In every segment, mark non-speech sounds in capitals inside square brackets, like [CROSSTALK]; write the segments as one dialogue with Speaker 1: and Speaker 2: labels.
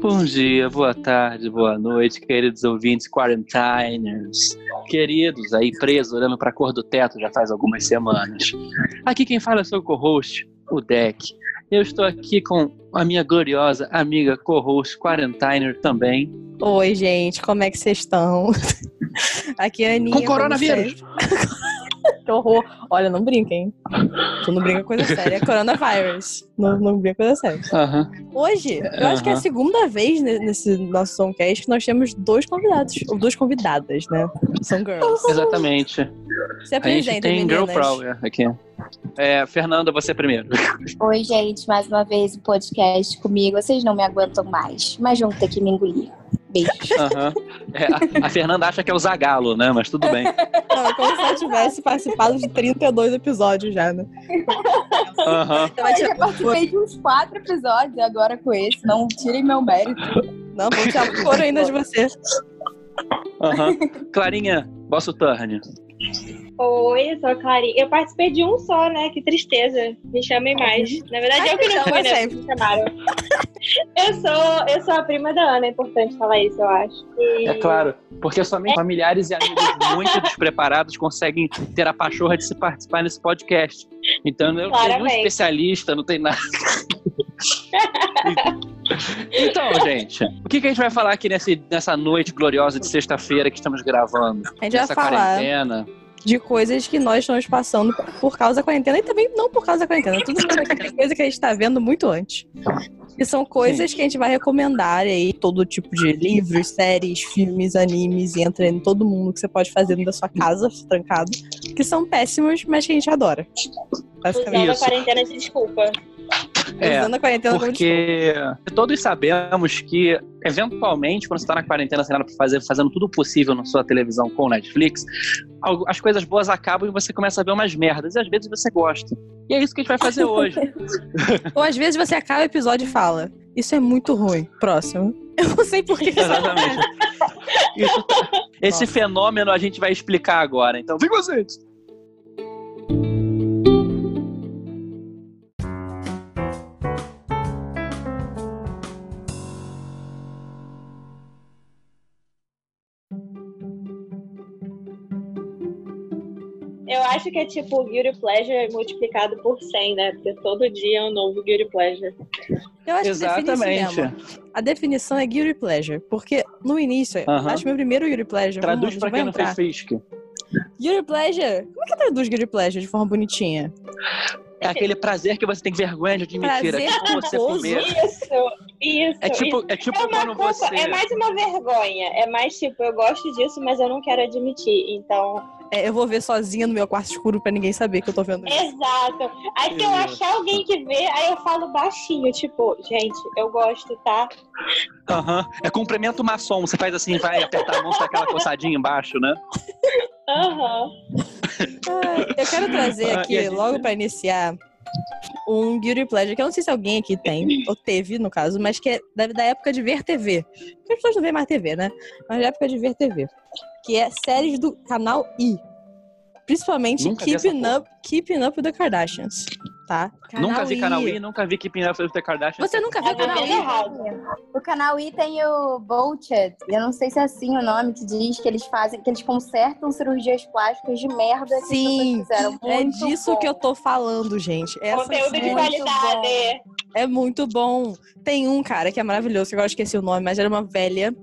Speaker 1: Bom dia, boa tarde, boa noite, queridos ouvintes quarantiners, queridos aí presos olhando para a cor do teto já faz algumas semanas. Aqui quem fala é seu co-host, o Deck. Eu estou aqui com a minha gloriosa amiga co-host quarantiner também.
Speaker 2: Oi, gente, como é que vocês
Speaker 1: [LAUGHS]
Speaker 2: estão? Aqui é a Aninha.
Speaker 1: Com coronavírus!
Speaker 2: [LAUGHS] Que horror. Olha, não brinca, hein? Tu não brinca coisa séria. É coronavírus. Não, não brinca coisa séria.
Speaker 1: Aham.
Speaker 2: Hoje, eu acho que é a
Speaker 1: Aham.
Speaker 2: segunda vez ne- nesse nosso Songcast que nós temos dois convidados. Ou duas convidadas, né? São girls.
Speaker 1: Exatamente.
Speaker 2: Se
Speaker 1: A gente
Speaker 2: apresentem,
Speaker 1: tem Girl
Speaker 2: meninas.
Speaker 1: Power aqui. É, Fernanda, você primeiro.
Speaker 3: Oi, gente, mais uma vez o podcast comigo. Vocês não me aguentam mais, mas vão ter que me engolir.
Speaker 2: [LAUGHS]
Speaker 3: Beijos.
Speaker 1: Aham. É, a, a Fernanda acha que é o Zagalo, né? Mas tudo [LAUGHS] bem.
Speaker 2: Não, é como se eu tivesse participado de 32 episódios já, né?
Speaker 1: Aham.
Speaker 3: Eu já participei de uns quatro episódios e agora com esse. Não tirem meu mérito.
Speaker 2: Não, vou tirar o couro ainda de você.
Speaker 1: Aham. Clarinha, bossa o turn.
Speaker 4: Oi, eu sou a Clarinha. Eu participei de um só, né? Que tristeza. Me chamem mais. Na verdade,
Speaker 2: Ai,
Speaker 4: eu que
Speaker 2: me
Speaker 4: não fui,
Speaker 2: chama
Speaker 4: né?
Speaker 2: sempre.
Speaker 4: Me chamaram. [LAUGHS] Eu sou, eu sou a prima da Ana, é importante falar isso, eu acho. E- é
Speaker 1: É claro, porque somente familiares e amigos muito despreparados conseguem ter a pachorra de se participar nesse podcast. Então eu não tenho um
Speaker 4: Claramente.
Speaker 1: especialista, não tem nada. então, gente, o que, que a gente vai falar aqui nesse- nessa noite gloriosa de sexta-feira que estamos gravando?
Speaker 2: A gente vai
Speaker 1: Nessa
Speaker 2: falar
Speaker 1: quarentena.
Speaker 2: de coisas que nós estamos passando por causa da quarentena e também não por causa da quarentena. Tudo isso aqui tem coisa que a gente está vendo muito antes. E são coisas que a gente vai recomendar aí, todo tipo de livros, séries, filmes, animes, e entra em todo mundo que você pode fazer dentro da sua casa, trancado, que são péssimos, mas que a gente adora. Basicamente.
Speaker 4: Usando a
Speaker 1: Isso.
Speaker 4: quarentena de desculpa.
Speaker 1: É,
Speaker 2: Usando a quarentena como desculpa.
Speaker 1: Porque todos sabemos que, eventualmente, quando você está na quarentena sem nada pra fazer, fazendo tudo o possível na sua televisão com o Netflix, algo- as coisas boas acabam e você começa a ver umas merdas. E às vezes você gosta. E é isso que a gente vai
Speaker 4: [LAUGHS]
Speaker 1: fazer hoje.
Speaker 2: Ou às vezes você acaba o episódio e fala: Isso é muito ruim. Próximo. [LAUGHS] Eu não sei por que isso
Speaker 1: Exatamente. tá Isso tá- Esse fenômeno a gente vai explicar agora. Então, vem com vocês!
Speaker 4: Eu acho que é tipo Guilty Pleasure multiplicado por 100, né? Porque todo dia é um novo Guilty Pleasure.
Speaker 2: Eu acho que define isso
Speaker 1: Exatamente.
Speaker 2: mesmo. A definição é guilty pleasure, porque no início, eu
Speaker 1: Aham.
Speaker 2: acho que meu primeiro guilty pleasure.
Speaker 1: Traduz
Speaker 2: vamos,
Speaker 1: pra
Speaker 2: vai
Speaker 1: quem não fez
Speaker 2: entrar.
Speaker 1: Fisk. É
Speaker 2: Guilty pleasure? Como é que traduz guilty pleasure de forma bonitinha?
Speaker 1: É aquele prazer que você tem vergonha de admitir. É
Speaker 2: Prazer
Speaker 1: tipo você
Speaker 2: culposo.
Speaker 1: comer.
Speaker 4: Isso, isso.
Speaker 1: É tipo,
Speaker 4: isso.
Speaker 1: é tipo
Speaker 4: É
Speaker 1: quando
Speaker 4: uma culpa,
Speaker 1: você.
Speaker 4: é mais uma vergonha. É mais tipo, eu gosto disso, mas eu não quero admitir. Então,
Speaker 2: É, eu vou ver sozinha no meu quarto escuro pra ninguém saber que eu tô vendo isso.
Speaker 4: Exato. Aí se eu
Speaker 1: Isso.
Speaker 4: achar alguém que vê, aí eu falo baixinho, tipo, gente, eu gosto, tá?
Speaker 1: Aham. É cumprimento maçom. Você faz assim, vai apertar a mão, sai aquela coçadinha embaixo, né?
Speaker 4: Aham.
Speaker 2: Ah, eu quero trazer
Speaker 1: Ah,
Speaker 2: aqui,
Speaker 1: e a gente-
Speaker 2: logo pra iniciar, um guilty pleasure, que eu não sei se alguém aqui
Speaker 1: [LAUGHS]
Speaker 2: tem, ou teve no caso, mas que é da, da época de ver TV. Porque as pessoas não veem mais TV, né? Mas da época de ver TV. Que é séries do canal I. Principalmente
Speaker 1: Nunca vi essa
Speaker 2: Keeping Up, Keeping Up with the Kardashians. Tá?
Speaker 1: nunca vi canal I, nunca vi Keeping Up with the Kardashians.
Speaker 2: Você nunca
Speaker 4: É
Speaker 2: viu canal
Speaker 4: verdade.
Speaker 2: I?
Speaker 3: O canal I tem o Bolchet, eu não sei se é assim o nome, que diz que eles fazem, que eles consertam cirurgias plásticas de merda que
Speaker 2: Sim,
Speaker 3: as pessoas fizeram.
Speaker 2: É
Speaker 3: Muito
Speaker 2: disso
Speaker 3: bom.
Speaker 2: que eu tô falando, gente. Essa
Speaker 4: Conteúdo de
Speaker 2: série-
Speaker 4: qualidade.
Speaker 2: É muito bom. Tem um cara que é maravilhoso, que agora eu esqueci o nome, mas era uma velha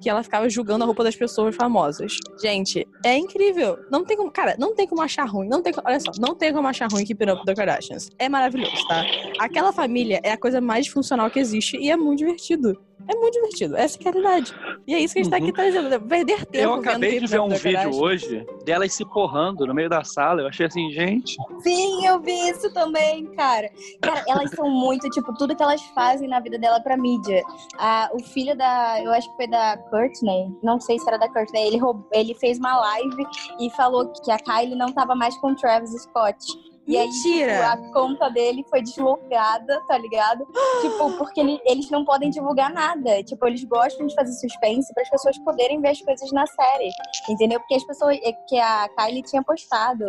Speaker 2: que ela ficava julgando a roupa das pessoas famosas. Gente, é incrível. Não tem como, cara, não tem como achar ruim. Não tem, co- olha só, não tem como achar ruim Keeping Up with the Kardashians. É maravilhoso, tá? Aquela família é a coisa mais funcional que existe e é muito divertido. É muito divertido. Essa que é a realidade. E é isso que a gente tá
Speaker 1: Uhum.
Speaker 2: aqui trazendo. Perder tempo
Speaker 1: Eu
Speaker 2: tá vendo
Speaker 1: acabei de
Speaker 2: Keeping
Speaker 1: ver
Speaker 2: Up
Speaker 1: um
Speaker 2: with the
Speaker 1: vídeo
Speaker 2: Kardashians.
Speaker 1: hoje delas se porrando no meio da sala. Eu achei assim, gente.
Speaker 3: Sim, eu vi isso também, cara. Cara, elas são muito, tipo, tudo que elas fazem na vida dela pra mídia. Ah, o filho da, eu acho que foi da Courtney, não sei se era da Courtney, ele, roubou, ele fez uma live e falou que a Kylie não tava mais com o Travis Scott. E aí, tipo,
Speaker 2: Mentira!
Speaker 3: a conta dele foi deslogada, tá ligado? tipo, porque ele- eles não podem divulgar nada. Tipo, eles gostam de fazer suspense para as pessoas poderem ver as coisas na série. Entendeu? Porque as pessoas. é Que a Kylie tinha postado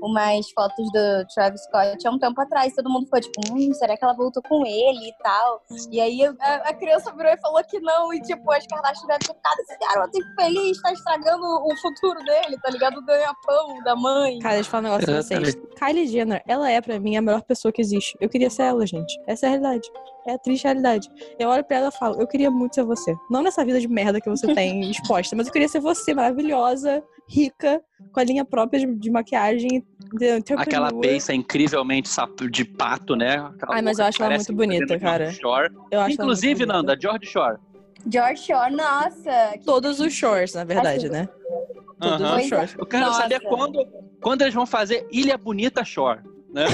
Speaker 3: umas fotos do Travis Scott há um tempo atrás. Todo mundo ficou tipo, hum, será que ela voltou com ele e tal? E aí a, a criança virou e falou que não. E tipo, as Kardashian devem ter ficado esse garoto infeliz, tá estragando o futuro dele, tá ligado? O ganha-pão da mãe.
Speaker 2: Cara, deixa eu falar um negócio pra vocês. Kylie Jenner, ela é pra mim a melhor pessoa que existe. Eu queria ser ela, gente. Essa é a realidade. É a triste realidade. Eu olho pra ela e falo, eu queria muito ser você. Não nessa vida de merda que você tem [LAUGHS] exposta, mas eu queria ser você, maravilhosa, rica, com a linha própria de, de maquiagem. um De
Speaker 1: Aquela
Speaker 2: entrepreneur.
Speaker 1: beiça incrivelmente sapo- de pato, né? Aquela
Speaker 2: Ai,
Speaker 1: boca
Speaker 2: mas eu
Speaker 1: que
Speaker 2: acho ela
Speaker 1: parece
Speaker 2: muito
Speaker 1: fazenda
Speaker 2: bonita,
Speaker 1: George
Speaker 2: cara.
Speaker 1: Shore.
Speaker 2: Eu acho ela muito
Speaker 1: Inclusive,
Speaker 2: bonita.
Speaker 1: Nanda, George Shore.
Speaker 3: George Shore, nossa. que-
Speaker 2: Todos os shorts, na verdade, né? Todos
Speaker 1: Aham.
Speaker 2: os shorts.
Speaker 1: Eu quero
Speaker 3: Nossa.
Speaker 1: saber quando, quando eles vão fazer Ilha Bonita Shore. Né?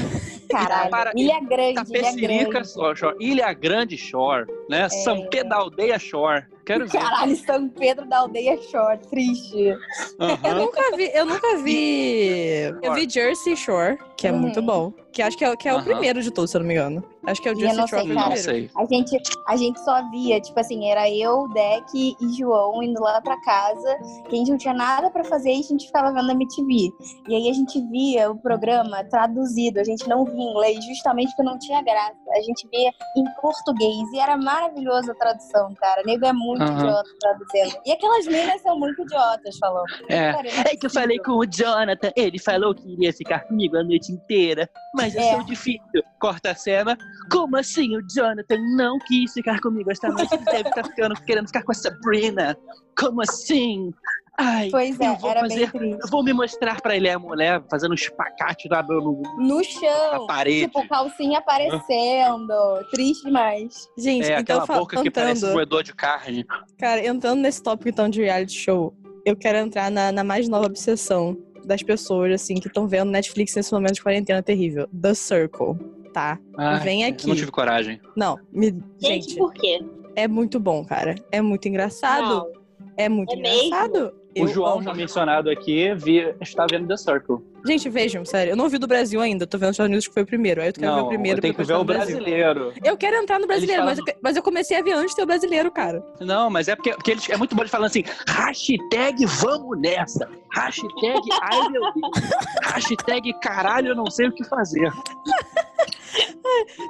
Speaker 3: Caralho.
Speaker 1: Para- tá
Speaker 3: Ilha Grande, Ilha
Speaker 1: Tapecirica
Speaker 3: Grande.
Speaker 1: Shore, Ilha Grande Shore,
Speaker 2: É.
Speaker 1: né? São Pedro da Aldeia Shore. Quero ver.
Speaker 3: Caralho, São Pedro da aldeia Shore, triste.
Speaker 2: [LAUGHS] Eu
Speaker 1: Aham.
Speaker 2: nunca vi, eu nunca vi.
Speaker 1: Uhum.
Speaker 2: Eu vi Jersey Shore, que é
Speaker 3: Uhum.
Speaker 2: muito bom. Que acho que é, que é o
Speaker 1: Aham.
Speaker 2: primeiro de todos, se eu não me engano. Acho que é o
Speaker 3: E eu
Speaker 2: Jersey
Speaker 3: não
Speaker 2: Shore
Speaker 3: sei,
Speaker 2: primeiro.
Speaker 1: Não sei.
Speaker 3: A gente, a gente só via, tipo assim, era eu, Deck e João indo lá pra casa, que a gente não tinha nada pra fazer e a gente ficava vendo a MTV. E aí a gente via o programa traduzido, a gente não via em inglês, justamente porque não tinha graça. A gente via em português e era maravilhosa a tradução, cara. O nego é muito
Speaker 1: Aham.
Speaker 3: idiota traduzindo. E aquelas meninas são muito idiotas falando.
Speaker 1: É.
Speaker 3: Cara, não
Speaker 1: É que eu falei com o Jonathan, ele falou que iria ficar comigo a noite inteira, mas eu
Speaker 3: É.
Speaker 1: sou difícil. Corta a cena. Como assim o Jonathan não quis ficar comigo esta noite? Ele Deve estar ficando, querendo ficar com a Sabrina. Como assim? Ai,
Speaker 3: Pois
Speaker 1: eu
Speaker 3: é,
Speaker 1: vou
Speaker 3: era bem
Speaker 1: fazer-
Speaker 3: triste.
Speaker 1: eu vou me mostrar pra ele a mulher fazendo um espacate na, no-
Speaker 3: No
Speaker 1: na
Speaker 2: Então,
Speaker 3: chão,
Speaker 1: parede.
Speaker 3: tipo, calcinha aparecendo. Triste demais.
Speaker 2: Gente,
Speaker 1: É,
Speaker 2: então
Speaker 1: aquela
Speaker 2: fa-
Speaker 1: boca que parece um
Speaker 2: cantando.
Speaker 1: moedor de carne.
Speaker 2: Cara, entrando nesse tópico então de reality show, eu quero entrar na, na mais nova obsessão das pessoas, assim, que estão vendo Netflix nesse momento de quarentena terrível. The Circle, tá?
Speaker 1: Ai,
Speaker 2: Vem aqui.
Speaker 1: Eu não tive coragem.
Speaker 2: Não, me-
Speaker 4: Gente,
Speaker 2: gente,
Speaker 4: por quê?
Speaker 2: é muito bom, cara. É muito engraçado.
Speaker 4: Não.
Speaker 2: É muito
Speaker 4: É mesmo?
Speaker 2: engraçado.
Speaker 1: O
Speaker 2: Eu
Speaker 1: João
Speaker 2: amo.
Speaker 1: já mencionado aqui vi- está vendo The Circle.
Speaker 2: Gente, vejam, sério. Eu não vi do Brasil ainda. Eu tô vendo os Estados Unidos que foi o primeiro. Aí eu quero ver o
Speaker 1: Não,
Speaker 2: primeiro.
Speaker 1: tem que
Speaker 2: depois
Speaker 1: ver
Speaker 2: tá
Speaker 1: o
Speaker 2: no Brasil.
Speaker 1: brasileiro.
Speaker 2: Eu quero entrar no brasileiro,
Speaker 1: Eles
Speaker 2: mas, eu, mas eu comecei a ver antes do teu brasileiro, cara.
Speaker 1: Não, mas é porque, porque eles, é muito bom eles falando assim, hashtag vamos nessa, hashtag ai meu Deus, hashtag caralho eu não sei o que fazer.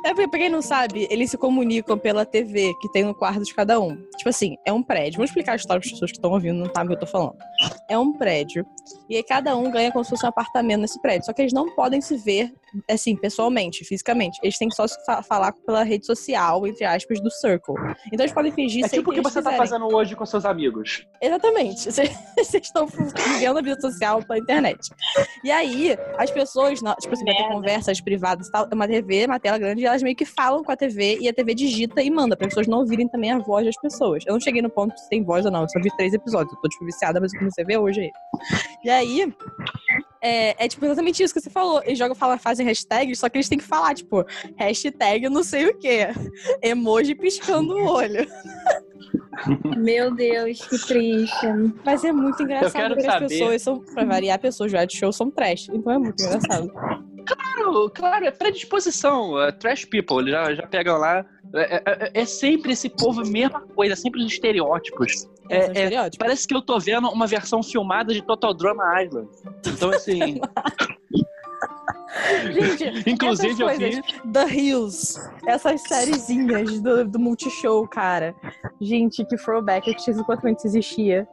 Speaker 2: É porque, pra quem não sabe, eles se comunicam pela TV que tem no quarto de cada um. Tipo assim, é um prédio. Vou explicar a história para as pessoas que estão ouvindo, não sabem o que eu tô falando. É um prédio. E aí cada um ganha como se fosse um apartamento nesse prédio. Só que eles não podem se ver, assim, pessoalmente, fisicamente. Eles têm que só se fa- falar pela rede social, entre aspas, do Circle. Então eles podem fingir
Speaker 1: É
Speaker 2: ser
Speaker 1: tipo o que
Speaker 2: eles
Speaker 1: você tá
Speaker 2: quiserem.
Speaker 1: fazendo hoje com seus amigos.
Speaker 2: Exatamente. [LAUGHS] Vocês vocês estão vivendo a vida social pela internet. E aí, as pessoas, na- tipo assim, vai ter
Speaker 4: Merda.
Speaker 2: conversas privadas e tal, é uma TV, uma tela grande, e elas meio que falam com a TV e a TV digita e manda, para as pessoas não ouvirem também a voz das pessoas. Eu não cheguei no ponto se tem voz ou não, eu só vi três episódios. Eu tô, tipo, viciada, mas eu comecei a ver hoje aí. E aí. É, é, tipo exatamente isso que você falou. Eles jogam, falam, fazem hashtag, só que eles têm que falar, tipo, hashtag não sei o quê. Emoji piscando o olho.
Speaker 3: Meu Deus, que triste.
Speaker 2: Mas é muito engraçado
Speaker 1: quero
Speaker 2: porque
Speaker 1: saber.
Speaker 2: as pessoas são, pra variar, pessoas de reality show são trash. Então é muito engraçado.
Speaker 1: Claro, claro, é predisposição, é trash people, eles já, já pegam lá, é, é- é- é sempre esse povo, a mesma coisa, sempre os estereótipos. É-
Speaker 2: É, um
Speaker 1: é-
Speaker 2: estereótipo.
Speaker 1: Parece que eu tô vendo uma versão filmada de Total Drama Island. Então, assim,
Speaker 2: [LAUGHS] Gente,
Speaker 1: inclusive eu
Speaker 2: essas
Speaker 1: vi...
Speaker 2: coisas, The Hills, essas sériezinhas do, do Multishow, cara. Gente, que throwback, eu tinha completamente isso existia.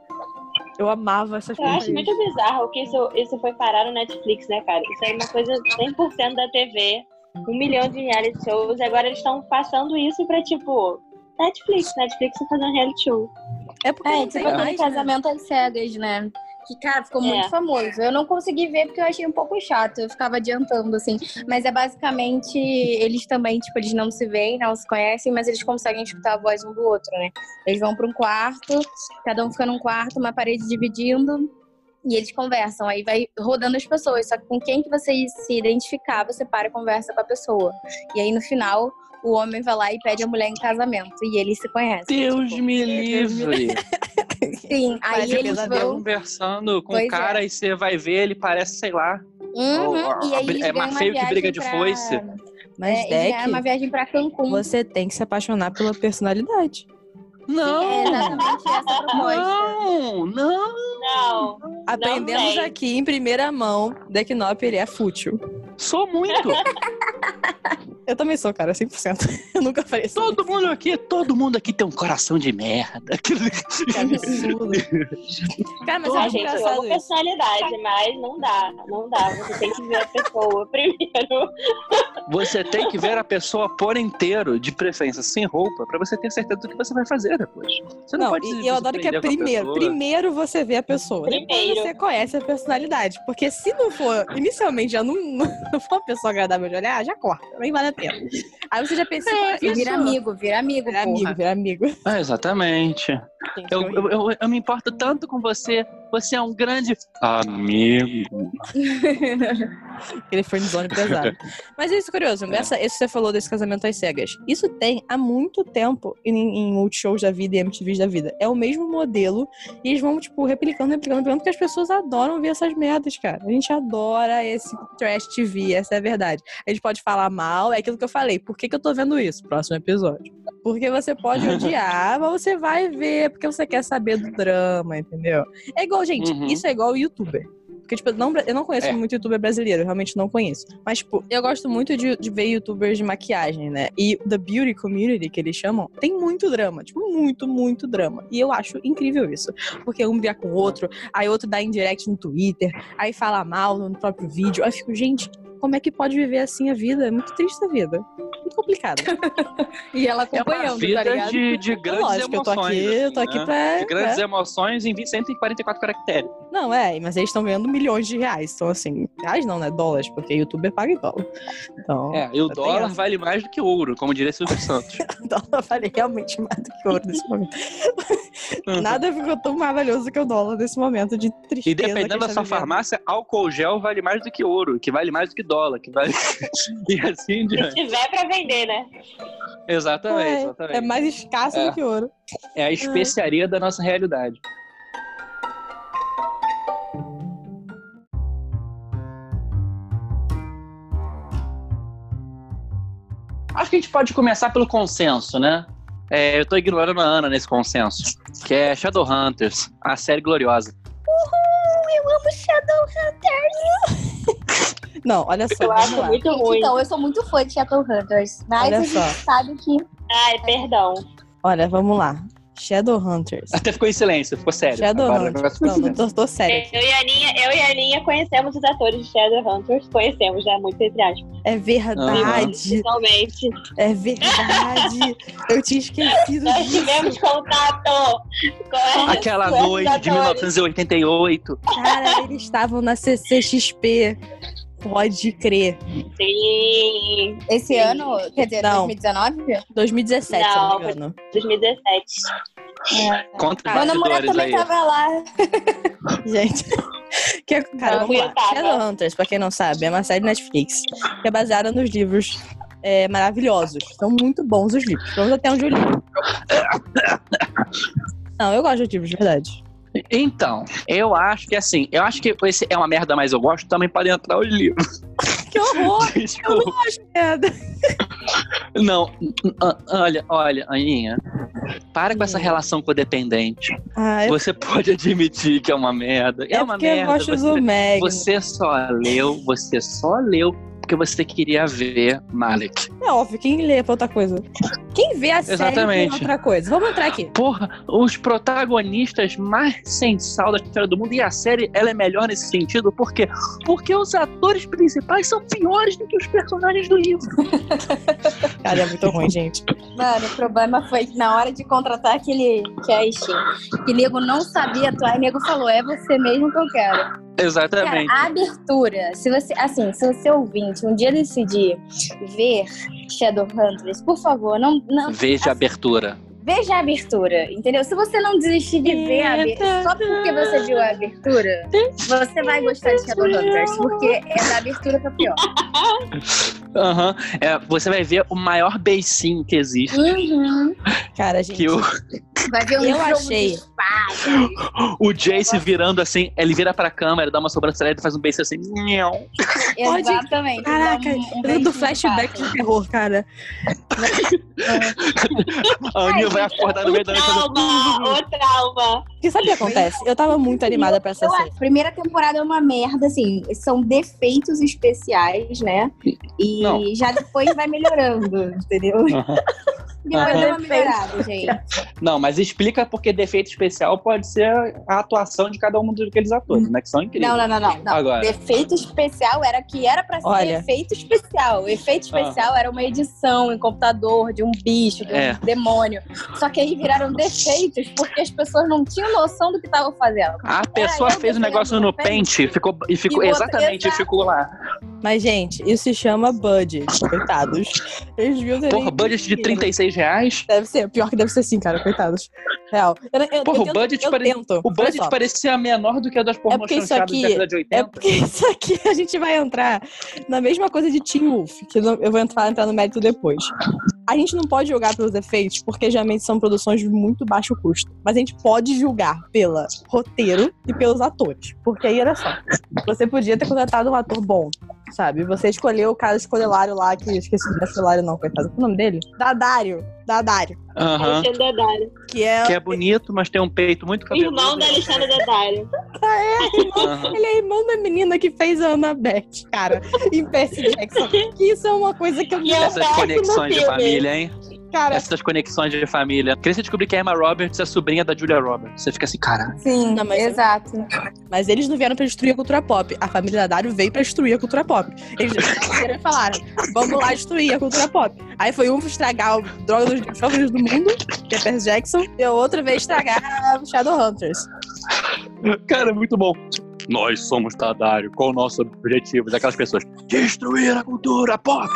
Speaker 2: Eu amava essas
Speaker 4: Eu
Speaker 2: coisas.
Speaker 4: acho muito bizarro que isso, isso foi parar no Netflix, né, cara? Isso é uma coisa 100% da TV, um milhão de reality shows, e agora eles estão passando isso pra, tipo, Netflix, Netflix tá fazendo reality show.
Speaker 2: É porque
Speaker 3: É,
Speaker 2: não tem
Speaker 3: tipo aquele
Speaker 2: mais, né?
Speaker 3: casamento às cegas, né? Que, cara, ficou
Speaker 4: É.
Speaker 3: muito famoso. Eu não consegui ver porque eu achei um pouco chato. Eu ficava adiantando, assim. Mas é basicamente, eles também, tipo, eles não se veem, não se conhecem, mas eles conseguem escutar a voz um do outro, né? Eles vão pra um quarto, cada um fica num quarto, uma parede dividindo. E eles conversam, aí vai rodando as pessoas. Só que com quem que você se identificar, você para e conversa com a pessoa. E aí, no final, o homem vai lá e pede a mulher em casamento. E eles se conhecem.
Speaker 1: Deus
Speaker 3: tipo.
Speaker 1: me livre!
Speaker 3: Sim, aí
Speaker 2: Parece um
Speaker 3: eles
Speaker 1: Você tá
Speaker 2: pesadelo.
Speaker 3: vão...
Speaker 1: conversando com
Speaker 3: Pois
Speaker 1: o cara e você vai ver, ele parece, sei lá,
Speaker 3: Uhum,
Speaker 1: Ou-
Speaker 3: e aí
Speaker 1: é
Speaker 3: eles ganham
Speaker 1: mais feio
Speaker 3: uma
Speaker 1: que briga de
Speaker 3: viagem pra-
Speaker 1: foice.
Speaker 2: Mas
Speaker 3: É, eles
Speaker 2: Deck,
Speaker 3: ganharam uma viagem pra Cancún.
Speaker 2: você tem que se apaixonar pela personalidade.
Speaker 3: É
Speaker 2: né?
Speaker 1: Não!
Speaker 3: exatamente essa a proposta.
Speaker 1: Não, não.
Speaker 4: Não.
Speaker 2: Aprendemos
Speaker 4: tem.
Speaker 2: aqui em primeira mão, Decknop, ele é fútil.
Speaker 1: Sou muito.
Speaker 2: Eu também sou, cara, 100%. [LAUGHS] Eu nunca falei isso.
Speaker 1: Todo mundo aqui, todo mundo aqui tem um coração de merda.
Speaker 2: Que [LAUGHS] absurdo. Cara, mas eu
Speaker 4: a
Speaker 2: acho
Speaker 4: gente eu
Speaker 2: engraçado
Speaker 4: amo
Speaker 2: isso.
Speaker 4: personalidade, mas não dá, não dá. Você tem que ver a pessoa [LAUGHS] primeiro.
Speaker 1: Você tem que ver a pessoa por inteiro, de preferência sem roupa, pra você ter certeza do que você vai fazer depois. Você não,
Speaker 2: Não,
Speaker 1: pode
Speaker 2: e
Speaker 1: se
Speaker 2: eu adoro que é
Speaker 1: prender com a
Speaker 2: primeiro.
Speaker 1: pessoa.
Speaker 2: Primeiro você vê a pessoa. Depois
Speaker 4: Primeiro.
Speaker 2: você conhece a personalidade. Porque se não for, inicialmente já não, [LAUGHS] não for uma pessoa agradável de olhar, já corta. Nem vale a pena. Aí você já pensa. É,
Speaker 3: E vira amigo, vira amigo,
Speaker 2: Vira
Speaker 3: porra.
Speaker 2: amigo, vira amigo.
Speaker 1: Ah, exatamente.
Speaker 2: Gente,
Speaker 1: Eu,
Speaker 2: eu-
Speaker 1: eu, eu, eu me importo tanto com você. Você é um grande amigo.
Speaker 2: Ele foi no zone pesado. Mas isso é curioso. Essa, isso que você falou desse casamento às cegas. Isso tem há muito tempo em, em multishows da vida e MTVs da vida. É o mesmo modelo. E eles vão, tipo, replicando, replicando, replicando, porque as pessoas adoram ver essas merdas, cara. A gente adora esse trash TV, essa é a verdade. A gente pode falar mal, é aquilo que eu falei. Por que, que eu tô vendo isso? Próximo episódio. Porque você
Speaker 1: [LAUGHS]
Speaker 2: pode odiar, mas você vai ver, porque você quer saber do drama, entendeu? É igual, gente,
Speaker 1: Uhum.
Speaker 2: isso é igual o youtuber. Porque, tipo, eu não, eu não conheço
Speaker 1: É.
Speaker 2: muito youtuber brasileiro, eu realmente não conheço. Mas, tipo, eu gosto muito de, de ver youtubers de maquiagem, né? E The Beauty Community, que eles chamam, tem muito drama. Tipo, muito, muito drama. E eu acho incrível isso. Porque um briga com o outro, aí outro dá indirect no Twitter, aí fala mal no próprio vídeo. Aí eu fico, gente, como é que pode viver assim a vida? É muito triste a vida. Muito complicado.
Speaker 3: [LAUGHS] E ela
Speaker 1: É uma
Speaker 3: acompanhando, tá
Speaker 1: vida
Speaker 3: ligado?
Speaker 1: de, de grandes
Speaker 2: Lógico, eu tô
Speaker 1: emoções.
Speaker 2: aqui, eu tô
Speaker 1: assim,
Speaker 2: aqui
Speaker 1: né?
Speaker 2: pra.
Speaker 1: De grandes
Speaker 2: né?
Speaker 1: emoções em 144 caracteres.
Speaker 2: Não, é, mas eles estão ganhando milhões de reais. Então, assim, reais não, né? Dólares, porque youtuber paga em dólar. Então, [LAUGHS]
Speaker 1: É, e o
Speaker 2: tem
Speaker 1: dólar
Speaker 2: essa.
Speaker 1: vale mais do que ouro, como diria Silvio Santos.
Speaker 2: dólar vale então, realmente mais do que ouro nesse momento. Nada ficou tão mais valioso que o dólar nesse momento de tristeza.
Speaker 1: Uhum. E
Speaker 2: que a
Speaker 1: dependendo da
Speaker 2: gente
Speaker 1: sua
Speaker 2: tá vivendo.
Speaker 1: farmácia, álcool gel vale mais do que ouro, que vale mais do que dólar, que vale. [LAUGHS] e assim em
Speaker 4: Se
Speaker 1: diante.
Speaker 4: tiver pra vender, né?
Speaker 1: Exatamente,
Speaker 2: É,
Speaker 1: exatamente.
Speaker 2: É mais escasso
Speaker 1: É.
Speaker 2: do que ouro.
Speaker 1: É a especiaria da nossa realidade. Acho que a gente pode começar pelo consenso, né? É, eu tô ignorando a Ana nesse consenso, que é Shadowhunters, a série gloriosa.
Speaker 2: Não, olha só.
Speaker 4: Eu acho
Speaker 2: vamos lá.
Speaker 4: muito ruim.
Speaker 3: Então, eu sou muito fã de Shadowhunters, mas
Speaker 2: Olha
Speaker 3: a gente
Speaker 2: só.
Speaker 3: sabe que
Speaker 4: Ai, perdão.
Speaker 2: Olha, vamos lá. Shadowhunters.
Speaker 1: Até ficou em silêncio, ficou sério. Agora o
Speaker 2: Shadowhunters.
Speaker 1: negócio ficou em
Speaker 2: Não, não
Speaker 1: silêncio.
Speaker 2: tô, tô séria.
Speaker 4: Eu e, a Aninha, eu e a Aninha conhecemos os atores de Shadowhunters. Conhecemos já, muito entre aspas.
Speaker 2: É verdade.
Speaker 4: Finalmente.
Speaker 2: É verdade. Eu tinha esquecido
Speaker 4: Nós
Speaker 2: disso.
Speaker 4: tivemos contato com
Speaker 1: Aquela
Speaker 2: é
Speaker 4: esses
Speaker 1: noite de
Speaker 4: atores.
Speaker 1: 1988.
Speaker 2: Cara, eles estavam na CCXP. Pode crer.
Speaker 4: Sim,
Speaker 3: esse
Speaker 4: Sim.
Speaker 3: ano, quer dizer,
Speaker 2: Não.
Speaker 3: 2019?
Speaker 2: 2017, se eu não me
Speaker 4: Não,
Speaker 2: engano.
Speaker 4: 2017.
Speaker 1: Contra
Speaker 4: Ah,
Speaker 1: os
Speaker 2: Ah,
Speaker 3: Meu namorado
Speaker 1: bastidores
Speaker 3: também
Speaker 2: tá-
Speaker 1: aí.
Speaker 3: tava lá.
Speaker 2: Gente. [LAUGHS] Que, é- cara,
Speaker 4: Não,
Speaker 2: vamos lá.
Speaker 4: eu tava.
Speaker 2: Shadowhunters, pra quem não sabe, é uma série Netflix que é baseada nos livros é, maravilhosos. São muito bons os livros. Vamos até onde eu li. Não, eu gosto de livros, de verdade.
Speaker 1: Então, eu acho que assim, eu acho que esse é uma merda, mas eu gosto, também pode entrar os livros.
Speaker 2: Que horror!
Speaker 1: Tipo,
Speaker 2: merda.
Speaker 1: [LAUGHS] não, ah, olha, olha, Aninha, para com essa
Speaker 2: Hum.
Speaker 1: relação codependente.
Speaker 2: Ah, eu-
Speaker 1: Você pode admitir que é uma merda. É,
Speaker 2: é
Speaker 1: uma
Speaker 2: porque eu
Speaker 1: merda.
Speaker 2: gosto do
Speaker 1: Você,
Speaker 2: Meg.
Speaker 1: você só leu, você só leu porque você queria ver Malek.
Speaker 2: É óbvio, quem lê pra outra coisa? Quem vê a série
Speaker 1: Exatamente.
Speaker 2: pra outra coisa? Vamos entrar aqui.
Speaker 1: Porra, os protagonistas mais sem sal da história do mundo. E a série, ela é melhor nesse sentido, por quê? Porque os atores principais são piores do que os personagens do livro.
Speaker 2: Cara, é muito
Speaker 1: [LAUGHS]
Speaker 2: ruim, gente.
Speaker 3: Mano, o problema foi que na hora de contratar aquele casting, que nego não sabia atuar, e nego falou, é você mesmo que eu quero. Cara,
Speaker 1: Exatamente.
Speaker 3: a abertura, se você, assim, se você ouvinte um dia decidir ver Shadowhunters, por favor, não, não
Speaker 1: Veja a abertura.
Speaker 3: veja a abertura, entendeu? Se você não desistir de ver a abertura, só porque você viu a abertura, você vai gostar de Shadowhunters, porque é da abertura pra pior.
Speaker 1: Aham. É, você vai ver o maior beicinho que existe.
Speaker 3: Uhum.
Speaker 2: Cara, gente.
Speaker 1: Que o...
Speaker 3: Vai ver um
Speaker 2: Eu
Speaker 3: jogo
Speaker 2: achei.
Speaker 3: de espada.
Speaker 1: O Jace virando assim, ele vira pra câmera, dá uma sobrancelha e faz um beijo assim. Nhão.
Speaker 2: Pode-
Speaker 3: Exatamente.
Speaker 2: Caraca,
Speaker 3: Dá um- um
Speaker 2: eu lembro
Speaker 3: beijinho
Speaker 2: do flashback
Speaker 3: fácil.
Speaker 2: de terror, cara.
Speaker 1: A Aninha vai acordar Tá no Uhum. meio
Speaker 4: O
Speaker 1: da noite. fazendo-
Speaker 4: trauma, o trauma.
Speaker 2: Porque sabe o que acontece? Eu tava muito animada pra essa
Speaker 3: Sei lá,
Speaker 2: cena.
Speaker 3: primeira temporada é uma merda, assim, são defeitos especiais, né? E
Speaker 1: Não.
Speaker 3: já depois vai melhorando, entendeu? Depois dá uma
Speaker 4: Defeito.
Speaker 3: melhorada, gente.
Speaker 5: Não, mas explica porque defeito especial pode ser a atuação de cada um daqueles atores, né? Que são incríveis.
Speaker 3: Hum. Não, não, não, não. não.
Speaker 5: Agora.
Speaker 3: Defeito especial era que era pra ser
Speaker 2: Olha.
Speaker 3: efeito especial. O efeito especial era uma edição em computador de um bicho, de um
Speaker 1: É.
Speaker 3: demônio. Só que aí viraram defeitos porque as pessoas não tinham noção do que estavam fazendo.
Speaker 2: É,
Speaker 1: A pessoa
Speaker 2: então
Speaker 3: eu
Speaker 1: fez um
Speaker 2: tá
Speaker 3: desenhando
Speaker 1: negócio
Speaker 3: no
Speaker 1: no pente ficou, e ficou
Speaker 3: E botou-
Speaker 1: exatamente, e
Speaker 3: exato.
Speaker 1: ficou lá.
Speaker 2: Mas, gente, isso se chama budget, coitados. Eles viram
Speaker 1: Porra, budget de 36 reais?
Speaker 2: Deve ser, pior que deve ser sim, cara, coitados. Real. Eu, eu,
Speaker 1: Porra,
Speaker 2: eu
Speaker 1: o
Speaker 2: tento-
Speaker 1: budget
Speaker 2: eu
Speaker 1: pare-
Speaker 2: tento.
Speaker 1: O
Speaker 2: Olha
Speaker 1: budget
Speaker 2: só. É
Speaker 1: parecia menor do que a das pornôs
Speaker 2: porque isso
Speaker 1: chanchadas
Speaker 2: aqui
Speaker 1: da década de
Speaker 2: É
Speaker 1: 80.
Speaker 2: porque [LAUGHS] isso aqui a gente vai entrar na mesma coisa de Teen Wolf, que não- eu vou entrar, entrar no mérito depois. A gente não pode julgar pelos efeitos, porque geralmente são produções de muito baixo custo. Mas a gente pode julgar pela roteiro e pelos atores. Porque aí, olha só, você podia ter contratado um ator bom, sabe? Você escolheu o cara escolelário lá, que eu esqueci não é escolelário não, coitado. Qual é o nome dele? Dadário. Dadário.
Speaker 1: Aham.
Speaker 4: Alexandre Daddario.
Speaker 2: Que é...
Speaker 1: Que é bonito, mas tem um peito muito cabeludo.
Speaker 4: Irmão da Alexandre
Speaker 1: Tá
Speaker 4: Daddario.
Speaker 1: Aham.
Speaker 2: Ele é irmão da menina que fez a Annabeth, cara, em Percy Jackson. Que isso é uma coisa que eu
Speaker 4: E
Speaker 2: não
Speaker 1: Essas
Speaker 4: péssimo
Speaker 1: conexões de
Speaker 4: filme.
Speaker 1: família, hein?
Speaker 2: Cara,
Speaker 1: Essas conexões de família. Queria você descobrir que a Emma Roberts é a sobrinha da Julia Roberts. Você fica assim, cara.
Speaker 3: Sim,
Speaker 2: Não, mas-
Speaker 3: exato.
Speaker 2: mas eles não vieram pra destruir a cultura pop. A família Dário veio pra destruir a cultura pop. Eles vieram e falaram: né? vamos lá destruir a cultura pop. Aí foi um estragar o droga dos dos jovens do mundo, que é Percy Jackson, e a outra veio estragar o Shadowhunters.
Speaker 1: Cara, é muito bom. Nós somos Tadário, qual o nosso objetivo? Daquelas pessoas. Destruir a cultura pop!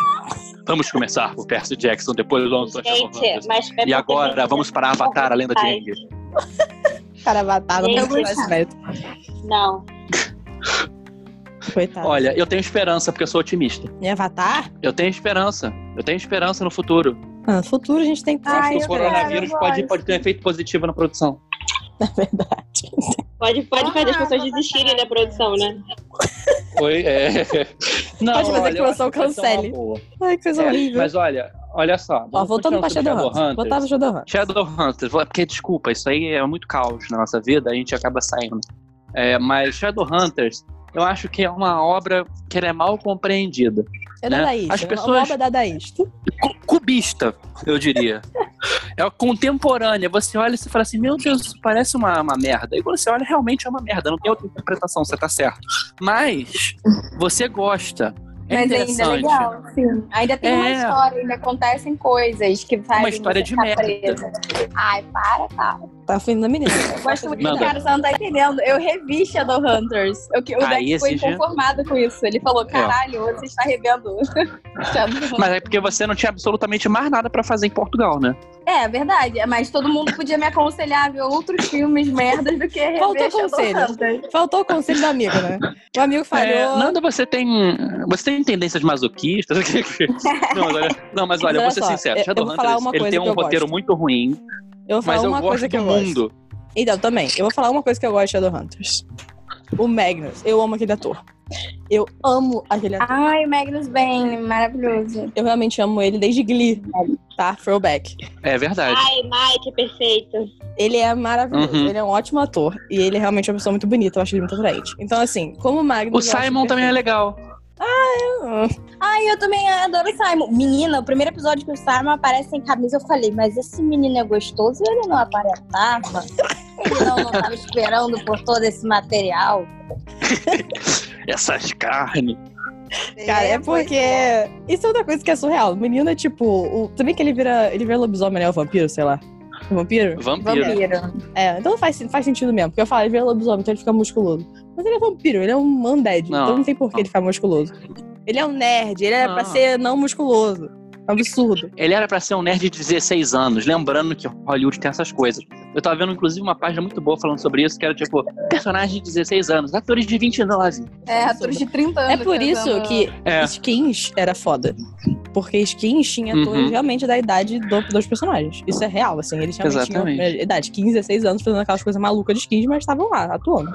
Speaker 1: Vamos começar por Percy Jackson, depois vamos pra
Speaker 4: Gente, mas... é
Speaker 1: E agora, vamos para Avatar, a lenda de Aang.
Speaker 2: Cara, avatar, não
Speaker 4: Gente,
Speaker 2: vou esse mérito.
Speaker 4: Não.
Speaker 2: Coitado.
Speaker 1: Olha, eu tenho esperança, porque eu sou otimista.
Speaker 2: Em Avatar?
Speaker 1: Eu tenho esperança. Eu tenho esperança no futuro.
Speaker 2: Ah, no futuro a gente tem que ter.
Speaker 3: Ai,
Speaker 1: Acho que o
Speaker 3: eu
Speaker 1: coronavírus
Speaker 3: quero, eu
Speaker 1: pode,
Speaker 3: gosto.
Speaker 1: pode ter um efeito positivo na produção.
Speaker 2: na verdade.
Speaker 4: Pode, pode fazer as
Speaker 3: Ah,
Speaker 4: pessoas
Speaker 3: vou
Speaker 4: desistirem
Speaker 3: passar.
Speaker 4: da produção, né?
Speaker 1: Foi,
Speaker 2: [LAUGHS]
Speaker 1: é. Não,
Speaker 2: Pode fazer
Speaker 1: olha,
Speaker 2: que
Speaker 1: eu
Speaker 2: o
Speaker 1: acho
Speaker 2: Anson
Speaker 1: que vai ser uma
Speaker 2: cancele.
Speaker 1: boa.
Speaker 2: [LAUGHS] Ai, que coisa
Speaker 1: É,
Speaker 2: horrível.
Speaker 1: Mas olha, olha só.
Speaker 2: Ó,
Speaker 1: vamos
Speaker 2: voltando pra
Speaker 1: continuar sobre
Speaker 2: Shadowhunters. Voltar pra Shadowhunters.
Speaker 1: Shadowhunters, vou- é porque desculpa, isso aí é muito caos na nossa vida, a gente acaba saindo. É, mas Shadowhunters, eu acho que é uma obra que ela é mal compreendida.
Speaker 2: É
Speaker 1: né?
Speaker 2: dadaísta.
Speaker 1: As
Speaker 2: é
Speaker 1: pessoas-
Speaker 2: Uma obra dadaísta.
Speaker 1: Cu- Cubista, eu diria. é contemporânea. Você olha e você fala assim: Meu Deus, isso parece uma, uma merda. E quando você olha, realmente é uma merda. Não tem outra interpretação, você tá certo. Mas você gosta. É
Speaker 3: Mas ainda é
Speaker 1: interessante.
Speaker 3: legal, sim. Ainda tem uma
Speaker 1: É.
Speaker 3: história, ainda acontecem coisas que fazem
Speaker 1: Uma história
Speaker 3: você
Speaker 1: de
Speaker 3: ficar
Speaker 1: merda.
Speaker 3: presa. Ai, para, tá.
Speaker 2: Tá afim da menina.
Speaker 3: Eu gosto muito do
Speaker 1: Manda.
Speaker 3: cara, você não tá entendendo. Eu revi Shadowhunters. Eu, que- o
Speaker 1: Ah,
Speaker 3: Deck foi
Speaker 1: esse já-
Speaker 3: inconformado com isso. Ele falou, caralho, você está revendo [LAUGHS] Shadowhunters.
Speaker 1: Mas é porque você não tinha absolutamente mais nada pra fazer em Portugal, né?
Speaker 3: É, verdade. Mas todo mundo podia me aconselhar a ver outros filmes merdas do que
Speaker 2: Faltou
Speaker 3: rever
Speaker 2: conselho.
Speaker 3: Shadowhunters.
Speaker 2: Faltou o conselho do amigo, né? O amigo falhou.
Speaker 1: É, Nanda, você tem. Você tem tendências masoquistas? [LAUGHS] não, mas olha, não, mas olha, eu vou
Speaker 2: Mas
Speaker 1: ser
Speaker 2: olha só,
Speaker 1: sincero,
Speaker 2: eu- eu vou falar
Speaker 1: Shadowhunters
Speaker 2: uma
Speaker 1: ele
Speaker 2: coisa
Speaker 1: tem
Speaker 2: que
Speaker 1: um
Speaker 2: eu
Speaker 1: roteiro
Speaker 2: gosto.
Speaker 1: muito ruim,
Speaker 2: eu vou falar
Speaker 1: mas eu
Speaker 2: uma
Speaker 1: gosto
Speaker 2: coisa que
Speaker 1: do
Speaker 2: eu gosto.
Speaker 1: mundo.
Speaker 2: Então, também. Eu vou falar uma coisa que eu gosto de Shadowhunters. O Magnus. Eu amo aquele ator. Eu amo aquele ator.
Speaker 3: Ai, Magnus Bane, maravilhoso.
Speaker 2: Eu realmente amo ele desde Glee, tá? Throwback.
Speaker 1: É verdade.
Speaker 4: Ai, Mike, perfeito.
Speaker 2: Ele é maravilhoso.
Speaker 1: Uhum.
Speaker 2: Ele é um ótimo ator. E ele é realmente uma pessoa muito bonita. Eu acho ele muito atraente. Então, assim, como o
Speaker 1: O
Speaker 2: Magnus...
Speaker 1: Simon tá- também é legal.
Speaker 2: Ah,
Speaker 3: Ai, eu também adoro o Simon. Menina, o primeiro episódio que o Simon aparece sem camisa, eu falei, mas esse menino é gostoso e ele não aparentava. Ele não, não tava esperando por todo esse material.
Speaker 1: Essas carnes.
Speaker 2: Cara, é porque. Isso é outra coisa que é surreal. O menino é tipo. O... Também que ele vira. Ele vira lobisomem, né? O vampiro, sei lá. O vampiro?
Speaker 1: Vampiro.
Speaker 3: Vampiro.
Speaker 2: É, então não faz, não faz sentido mesmo. Porque eu falo, ele vira lobisomem, então ele fica musculoso. Mas ele é vampiro, ele é um undead.
Speaker 1: Não,
Speaker 2: Então não tem por que
Speaker 1: não.
Speaker 2: ele ficar musculoso. Ele é um nerd, ele era pra
Speaker 1: Não.
Speaker 2: ser não musculoso. É um Absurdo.
Speaker 1: Ele era pra ser um nerd de 16 anos, lembrando que Hollywood tem essas coisas. Eu tava vendo, inclusive, uma página muito boa falando sobre isso, que era tipo, personagem de 16 anos, atores de 29.
Speaker 3: É, ator de 30 anos.
Speaker 2: É por isso
Speaker 3: tentando-
Speaker 2: que
Speaker 1: É.
Speaker 2: skins era foda. Porque skins tinha atores
Speaker 1: Uhum.
Speaker 2: realmente da idade do- dos personagens. Isso é real, assim. Eles realmente tinham
Speaker 1: Exatamente.
Speaker 2: a idade, 15, 16 anos, fazendo aquelas coisas malucas de skins, mas estavam lá, atuando.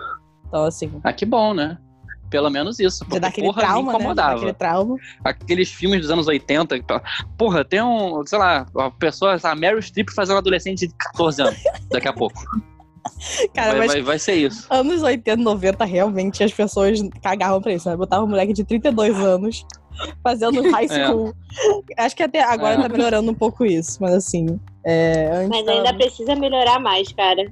Speaker 2: Então, assim,
Speaker 1: Ah, que bom, né? Pelo menos isso.
Speaker 2: você
Speaker 1: Porque,
Speaker 2: dá aquele
Speaker 1: porra,
Speaker 2: trauma,
Speaker 1: me
Speaker 2: né? Você dá
Speaker 1: incomodava.
Speaker 2: aquele trauma. [LAUGHS]
Speaker 1: Aqueles filmes dos anos 80. que tá- Porra, tem um, sei lá, uma pessoa, a Meryl Streep fazendo adolescente de 14 anos, daqui a pouco.
Speaker 2: Cara,
Speaker 1: vai,
Speaker 2: mas
Speaker 1: vai, vai ser isso.
Speaker 2: anos 80, 90, realmente as pessoas cagavam pra isso, né? Botava um moleque de 32 anos fazendo high
Speaker 1: É.
Speaker 2: school. Acho que até agora
Speaker 1: É.
Speaker 2: tá melhorando um pouco isso, mas assim. É, antes
Speaker 4: Mas
Speaker 2: tava-
Speaker 4: ainda precisa melhorar mais, cara.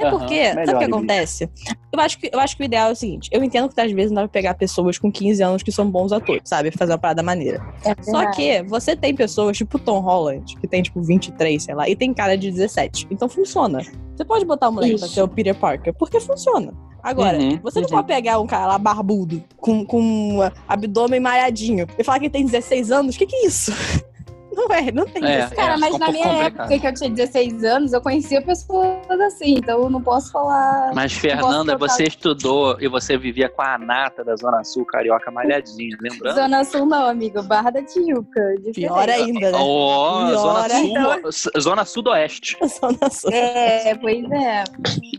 Speaker 2: É porque,
Speaker 5: Aham,
Speaker 2: sabe o
Speaker 5: melhor,
Speaker 2: que
Speaker 5: Ibi.
Speaker 2: acontece? Eu acho que, eu acho que o ideal é o seguinte: eu entendo que às vezes não dá pra pegar pessoas com 15 anos que são bons atores, sabe? Fazer uma parada maneira.
Speaker 3: É
Speaker 2: Só que você tem pessoas tipo Tom Holland, que tem tipo 23, sei lá, e tem cara de 17. Então funciona. Você pode botar o moleque pra
Speaker 4: Isso.
Speaker 2: ser o Peter Parker, porque funciona. Agora,
Speaker 1: Uhum,
Speaker 2: você não
Speaker 1: uhum.
Speaker 2: pode pegar um cara lá barbudo, com, com um abdômen malhadinho, e falar que ele tem 16 anos? O que, que é isso? [LAUGHS] Não é, não tem
Speaker 1: É,
Speaker 2: 16
Speaker 3: Cara,
Speaker 1: é,
Speaker 3: mas
Speaker 1: ficou um
Speaker 3: na
Speaker 1: pouco
Speaker 3: minha
Speaker 1: complicado.
Speaker 3: época, que eu tinha 16 anos, eu conhecia pessoas assim, então eu não posso falar.
Speaker 1: Mas, Fernanda,
Speaker 3: trocar.
Speaker 1: você estudou e você vivia com a nata da Zona Sul, carioca malhadinha, lembrando?
Speaker 3: Zona Sul não, amigo. Barra da Tijuca. é diferente.
Speaker 2: Pior ainda, né?
Speaker 1: Ó,
Speaker 2: E
Speaker 1: Zona
Speaker 2: olha,
Speaker 1: Sul, Zona Sudoeste.
Speaker 2: [LAUGHS] Só na sua-
Speaker 3: É, pois é.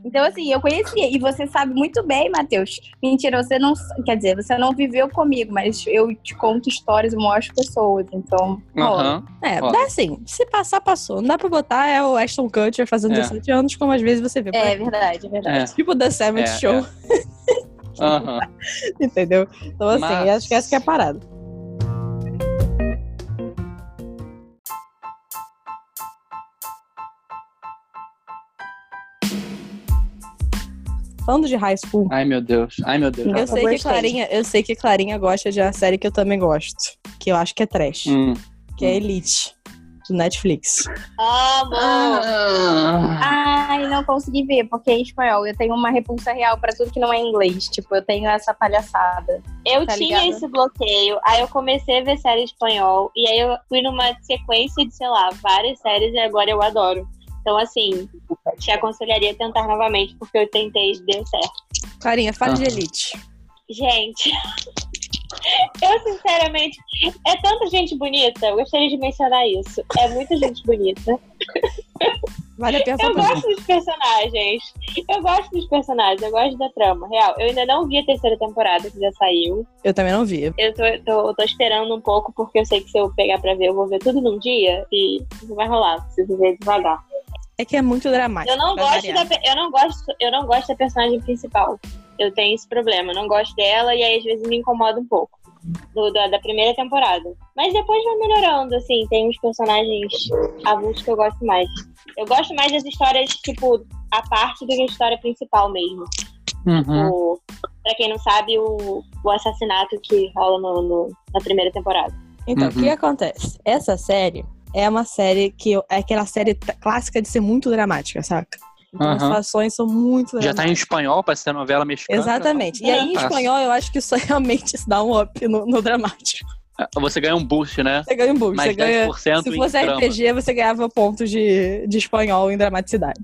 Speaker 3: Então, assim, eu conhecia. E você sabe muito bem, Matheus. Mentira, você não. Quer dizer, você não viveu comigo, mas eu te conto histórias, eu mostro pessoas. Então, rola.
Speaker 1: Aham.
Speaker 2: É,
Speaker 1: Ó.
Speaker 2: dá assim, se passar, passou. Não dá pra botar é o Ashton Kutcher fazendo
Speaker 1: É.
Speaker 2: 17 anos, como às vezes você vê.
Speaker 3: é verdade, é verdade.
Speaker 1: É,
Speaker 2: Tipo The Seventh
Speaker 1: é,
Speaker 2: Show,
Speaker 1: é. Aham.
Speaker 2: [LAUGHS] entendeu? Então, assim,
Speaker 1: Mas-
Speaker 2: acho que essa que é a parada. Falando de high school,
Speaker 1: Ai, meu Deus. Ai, meu Deus.
Speaker 3: Não.
Speaker 2: eu sei, que
Speaker 3: gostei.
Speaker 2: Clarinha, eu sei que Clarinha gosta de uma série que eu também gosto, que eu acho que é trash,
Speaker 1: Hum.
Speaker 2: que é Elite, do Netflix.
Speaker 4: Amo!
Speaker 1: Ah.
Speaker 3: Ai, não consegui ver, porque é em espanhol eu tenho uma repulsa real pra tudo que não é inglês. Tipo, eu tenho essa palhaçada.
Speaker 4: Eu
Speaker 3: Tá
Speaker 4: tinha
Speaker 3: ligado?
Speaker 4: esse bloqueio, aí eu comecei a ver série em espanhol, e aí eu fui numa sequência de, sei lá, várias séries e agora eu adoro. Então, assim, te aconselharia a tentar novamente, porque eu tentei e deu certo.
Speaker 2: Clarinha, fala de
Speaker 1: Ah.
Speaker 2: Elite.
Speaker 4: Gente, [LAUGHS] eu sinceramente, é tanta gente bonita, eu gostaria de mencionar isso. É muita gente bonita.
Speaker 2: Vale a pena
Speaker 4: Eu
Speaker 2: falar.
Speaker 4: gosto dos personagens. Eu gosto dos personagens, eu gosto da trama. Real, eu ainda não vi a terceira temporada que já saiu.
Speaker 2: Eu também não vi.
Speaker 4: Eu tô, tô, tô esperando um pouco, porque eu sei que se eu pegar pra ver, eu vou ver tudo num dia e não vai rolar, preciso ver devagar.
Speaker 2: É que é muito dramático.
Speaker 4: Eu não
Speaker 2: pra
Speaker 4: gosto da,
Speaker 2: variar.
Speaker 4: pe- eu não gosto, eu não gosto da personagem principal. Eu tenho esse problema, eu não gosto dela e aí às vezes me incomoda um pouco. do- da, da primeira temporada. Mas depois vai melhorando, assim, tem uns personagens avulsos que eu gosto mais. Eu gosto mais das histórias, tipo, a parte do que a história principal mesmo.
Speaker 1: Uhum.
Speaker 4: O, pra quem não sabe, o, o assassinato que rola no, no- na primeira temporada.
Speaker 2: Então, o
Speaker 1: Uhum.
Speaker 2: que acontece? Essa série é uma série que eu- é aquela série t- clássica de ser muito dramática, saca? Então as
Speaker 1: Aham.
Speaker 2: situações são muito
Speaker 1: Já tá
Speaker 2: dramáticas.
Speaker 1: em né? Tá. espanhol pra ser novela mexicana.
Speaker 2: Ah, Exatamente. E aí, em
Speaker 1: Passa.
Speaker 2: espanhol, eu acho que isso [LAUGHS] realmente isso dá um up no, no dramático.
Speaker 1: Você ganha um boost, né?
Speaker 2: Você ganha um boost. Você
Speaker 1: Mais
Speaker 2: ganha...
Speaker 1: 10%
Speaker 2: Se
Speaker 1: é em
Speaker 2: fosse
Speaker 1: drama.
Speaker 2: RPG, você é ganhava pontos de, de espanhol em dramaticidade.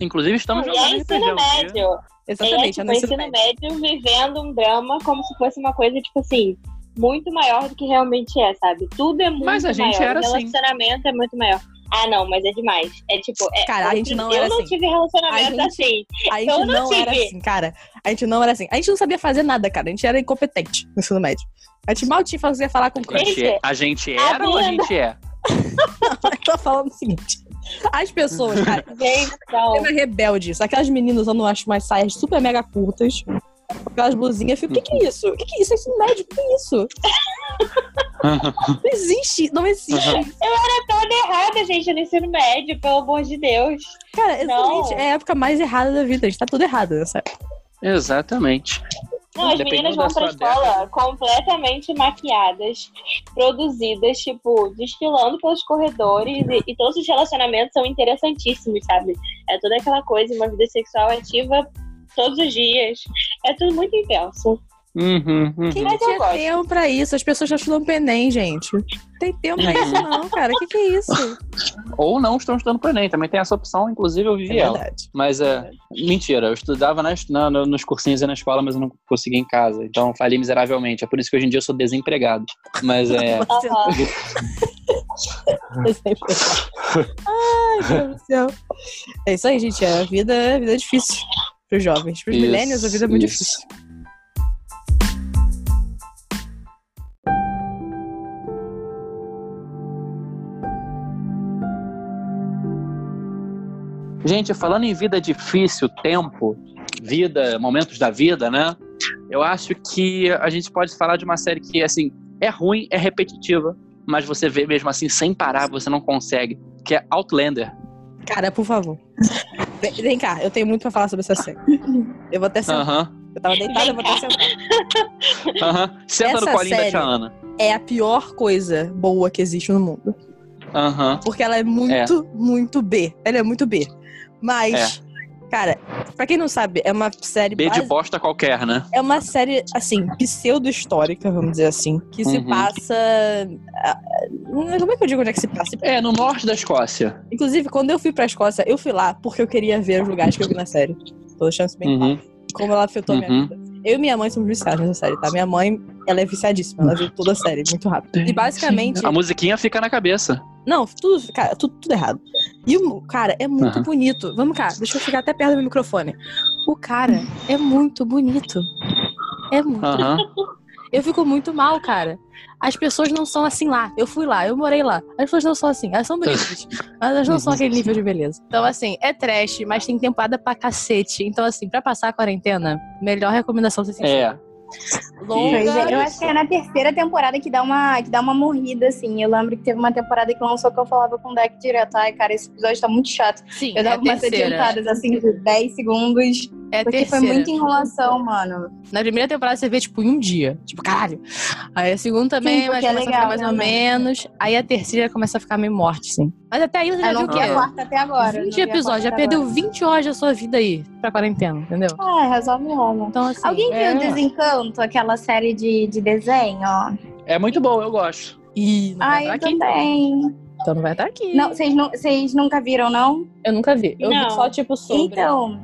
Speaker 1: Inclusive, estamos
Speaker 4: e é
Speaker 1: jogando RPG.
Speaker 4: ensino
Speaker 1: um dia.
Speaker 4: médio.
Speaker 2: Exatamente.
Speaker 4: é,
Speaker 2: é
Speaker 4: tipo,
Speaker 2: no ensino
Speaker 4: ensino
Speaker 2: médio.
Speaker 4: médio vivendo um drama como se fosse uma coisa, tipo assim, muito maior do que realmente é, sabe? Tudo é muito
Speaker 1: Mas a gente
Speaker 4: maior.
Speaker 1: era
Speaker 4: o
Speaker 1: assim.
Speaker 4: relacionamento é muito maior. Ah, não, mas é demais. É tipo. É,
Speaker 2: Cara, a
Speaker 4: eu
Speaker 2: gente
Speaker 4: tive-
Speaker 2: não
Speaker 4: Eu
Speaker 2: era
Speaker 4: não
Speaker 2: assim.
Speaker 4: tive relacionamento
Speaker 2: A gente-
Speaker 4: assim.
Speaker 2: A gente
Speaker 4: Eu
Speaker 2: não,
Speaker 4: não
Speaker 2: era
Speaker 4: tive.
Speaker 2: assim, cara. A gente não era assim. A gente não sabia fazer nada, cara. A gente era incompetente no ensino médio. A gente mal tinha fazia falar com
Speaker 1: A
Speaker 2: [LAUGHS] crush.
Speaker 1: gente, é- a gente era ou a gente é? [LAUGHS]
Speaker 2: Eu tô falando o seguinte. As pessoas, cara,
Speaker 4: Gente, não.
Speaker 2: tema rebeldes. Aquelas meninas usando umas, umas saias super mega curtas. Aquelas blusinhas. Eu fico, o que, que é isso? O que, que é isso? É ensino médio? O que, que é isso? Não existe. Não existe.
Speaker 4: Toda errada, gente, no ensino médio, pelo amor de Deus.
Speaker 2: Cara, exatamente.
Speaker 4: Não.
Speaker 2: É a época mais errada da vida. A gente tá tudo errado nessa época.
Speaker 1: Exatamente.
Speaker 4: Não, as
Speaker 1: Dependendo
Speaker 4: meninas
Speaker 1: da
Speaker 4: vão pra
Speaker 1: sua década.
Speaker 4: escola completamente maquiadas, produzidas, tipo, desfilando pelos corredores e, e todos os relacionamentos são interessantíssimos, sabe? É toda aquela coisa, uma vida sexual ativa todos os dias. É tudo muito intenso.
Speaker 1: Uhum, uhum.
Speaker 2: Quem
Speaker 4: Mas eu
Speaker 2: tinha
Speaker 4: gosto.
Speaker 2: tempo pra isso? As pessoas já estudam Penem, gente. Tem tempo pra isso, não, cara. O que, que é isso?
Speaker 1: Ou não estão estudando pro Enem, também tem essa opção, inclusive eu
Speaker 2: É
Speaker 1: vivi ela.
Speaker 2: verdade.
Speaker 1: Mas é. Mentira, eu estudava nas- na- no- nos cursinhos e na escola, mas eu não conseguia em casa. Então falhei miseravelmente. É por isso que hoje em dia eu sou desempregado. Mas é.
Speaker 2: [LAUGHS] Você não
Speaker 4: Aham.
Speaker 2: foi sempre. Ai, meu Deus do céu. É isso aí, gente. A vida, a vida é difícil pros jovens. Pros
Speaker 1: Isso,
Speaker 2: millennials, a vida é muito
Speaker 1: isso.
Speaker 2: difícil.
Speaker 1: Gente, falando em vida difícil, tempo, vida, momentos da vida, né? Eu acho que a gente pode falar de uma série que, assim, é ruim, é repetitiva, mas você vê mesmo assim, sem parar, você não consegue. Que é Outlander.
Speaker 2: Cara, por favor. Vem, vem cá, eu tenho muito pra falar sobre essa série. Eu vou
Speaker 1: Ah.
Speaker 2: até sentar.
Speaker 1: Aham.
Speaker 2: Eu tava deitada, eu vou até sentar.
Speaker 1: Aham. Senta
Speaker 2: Essa
Speaker 1: no colinho da
Speaker 2: série-
Speaker 1: Tia Ana.
Speaker 2: É a pior coisa boa que existe no mundo.
Speaker 1: Aham.
Speaker 2: Porque ela é muito, muito B. Ela é muito B. Mas, cara, pra quem não sabe, é uma série
Speaker 1: É. B de
Speaker 2: base-
Speaker 1: bosta qualquer, né?
Speaker 2: é uma série, assim, pseudo-histórica, vamos dizer assim, que se
Speaker 1: Uhum.
Speaker 2: passa. ah, ah, Como é que eu digo onde é que se passa?
Speaker 1: É, no norte da Escócia.
Speaker 2: Inclusive, quando eu fui pra Escócia, eu fui lá porque eu queria ver os lugares que eu vi na série. Tô deixando isso bem claro
Speaker 1: Uhum.
Speaker 2: como ela afetou a minha
Speaker 1: Uhum.
Speaker 2: vida. Eu e minha mãe somos viciados nessa série, tá? Minha mãe, ela é viciadíssima, ela viu toda a série, é muito rápido. E basicamente,
Speaker 1: A musiquinha fica na cabeça.
Speaker 2: não, tudo, cara, tudo, tudo errado. E o cara é muito
Speaker 1: Aham.
Speaker 2: bonito. Vamos cá, deixa eu chegar até perto do meu microfone. O cara é muito bonito. É muito.
Speaker 1: Aham. [LAUGHS]
Speaker 2: Eu fico muito mal, cara. As pessoas não são assim lá. Eu fui lá, eu morei lá. As pessoas não são assim. Elas são bonitas, mas elas não são aquele nível de beleza. Então, assim, é trash, mas tem temporada pra cacete. Então, assim, pra passar a quarentena, melhor recomendação você sentir.
Speaker 1: É.
Speaker 3: Pois
Speaker 2: Longa.
Speaker 3: é, eu acho que é na terceira temporada que dá, uma, que dá uma morrida, assim. Eu lembro que teve uma temporada que lançou que eu falava com o Deck direto. Ai, cara, esse episódio tá muito chato.
Speaker 2: Sim,
Speaker 3: Eu
Speaker 2: é a
Speaker 3: dava umas
Speaker 2: terceira.
Speaker 3: adiantadas, assim, de 10 segundos.
Speaker 2: É a
Speaker 3: Porque
Speaker 2: terceira.
Speaker 3: foi muita enrolação, mano.
Speaker 2: Na primeira temporada você vê, tipo, em um dia. Tipo, caralho. Aí a segunda também,
Speaker 3: Sim,
Speaker 2: mas começa
Speaker 3: porque é
Speaker 2: a ficar
Speaker 3: legal,
Speaker 2: mais ou
Speaker 3: né?
Speaker 2: menos. Aí a terceira começa a ficar meio morte, sim. Mas até aí você já
Speaker 3: Eu
Speaker 2: viu
Speaker 3: É,
Speaker 2: é
Speaker 3: não
Speaker 2: o
Speaker 3: vi a
Speaker 2: quê?
Speaker 3: quarta até agora. eu não
Speaker 2: 20
Speaker 3: vi a
Speaker 2: episódios.
Speaker 3: quarta
Speaker 2: Já
Speaker 3: até
Speaker 2: perdeu
Speaker 3: agora.
Speaker 2: 20 horas da sua vida aí pra quarentena, entendeu?
Speaker 3: Ah, resolve logo.
Speaker 2: Então, assim.
Speaker 3: Alguém viu
Speaker 2: é...
Speaker 3: o Desencanto, aquela série de, de desenho?
Speaker 1: É muito bom, eu gosto.
Speaker 2: Ih, não
Speaker 3: Ai,
Speaker 2: vai
Speaker 3: eu
Speaker 2: estar aqui.
Speaker 3: também.
Speaker 2: Então não vai estar aqui.
Speaker 3: Não, vocês nu- vocês nunca viram, não?
Speaker 2: eu nunca vi. Eu vi
Speaker 4: Não.
Speaker 2: só, tipo, sobre.
Speaker 3: Então,